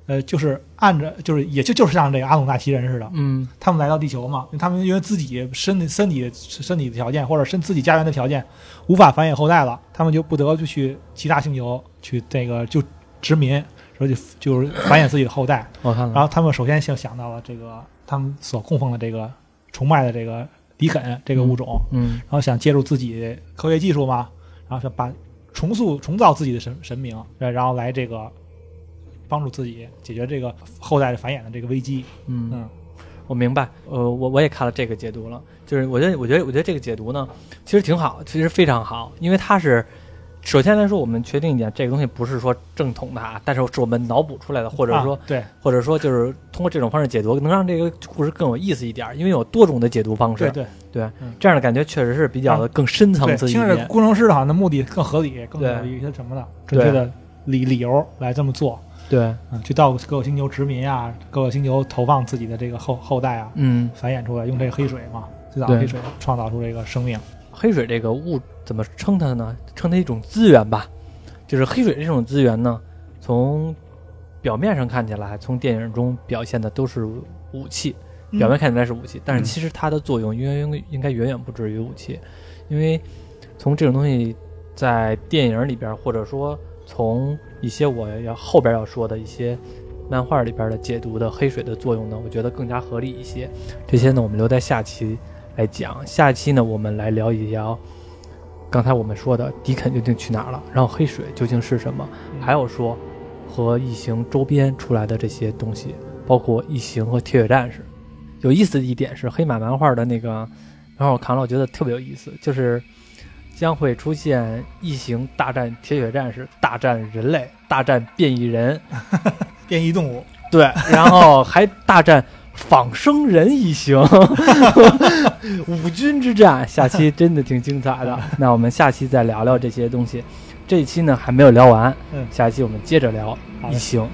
[SPEAKER 2] 呃，就是按着就是也就就是像这个阿努纳奇人似的，
[SPEAKER 1] 嗯
[SPEAKER 2] 他们来到地球嘛，他们因为自己身体、身体、身体的条件，或者身自己家园的条件，无法繁衍后代了，他们就不得就去其他星球去这个就殖民，说就就是繁衍自己的后代。
[SPEAKER 1] 我看
[SPEAKER 2] 然
[SPEAKER 1] 了，
[SPEAKER 2] 后他们首先就想到了这个他们所供奉的这个崇拜的这个迪肯这个物种，
[SPEAKER 1] 嗯
[SPEAKER 2] 然后想借助自己科学技术嘛，然后想把重塑重造自己的神神明，对然后来这个帮助自己解决这个后代的繁衍的这个危机。
[SPEAKER 1] 嗯
[SPEAKER 2] 嗯
[SPEAKER 1] 我明白，呃，我我也看了这个解读了，就是我觉得，我觉得，我觉得这个解读呢，其实挺好，其实非常好，因为它是首先来说，我们确定一点，这个东西不是说正统的啊，但是是我们脑补出来的，或者说、
[SPEAKER 2] 啊对
[SPEAKER 1] 或者说就是通过这种方式解读，能让这个故事更有意思一点，因为有多种的解读方式，
[SPEAKER 2] 对对
[SPEAKER 1] 这样的感觉确实是比较的更深层
[SPEAKER 2] 对，
[SPEAKER 1] 次一
[SPEAKER 2] 听着
[SPEAKER 1] 点。
[SPEAKER 2] 工程师好像的目的更合理，更有
[SPEAKER 1] 对
[SPEAKER 2] 一些什么的准确的理理由来这么做
[SPEAKER 1] 对，
[SPEAKER 2] 啊，去到各个星球殖民啊，各个星球投放自己的这个后后代啊，
[SPEAKER 1] 嗯，
[SPEAKER 2] 繁衍出来，用这个黑水嘛，最早
[SPEAKER 1] 对
[SPEAKER 2] 黑水创造出这个生命。
[SPEAKER 1] 黑水这个物怎么称它呢？称它一种资源吧，就是黑水这种资源呢，从表面上看起来，从电影中表现的都是武器，
[SPEAKER 2] 嗯
[SPEAKER 1] 表面看起来是武器，但是
[SPEAKER 2] 嗯
[SPEAKER 1] 其实它的作用应该应该应该远远不止于武器，因为从这种东西在电影里边，或者说从一些我要后边要说的一些漫画里边的解读的黑水的作用呢，我觉得更加合理一些。这些呢，我们留在下期来讲。下期呢，我们来聊一聊刚才我们说的迪肯究竟去哪儿了，然后黑水究竟是什么，
[SPEAKER 2] 嗯
[SPEAKER 1] 还有说和异形周边出来的这些东西，包括异形和铁血战士。有意思的一点是，黑马漫画的那个漫画我看了，我觉得特别有意思，就是将会出现异形大战铁血战士、大战人类、大战变异人，
[SPEAKER 2] 变异动物，
[SPEAKER 1] [laughs] 对，然后还大战仿生人一行， [laughs] 五军之战，下期真的挺精彩
[SPEAKER 2] 嗯
[SPEAKER 1] 的。那我们下期再聊聊这些东西，这一期呢还没有聊完，
[SPEAKER 2] 嗯
[SPEAKER 1] 下一期我们接着聊
[SPEAKER 2] 好
[SPEAKER 1] 异
[SPEAKER 2] 嘞
[SPEAKER 1] 形。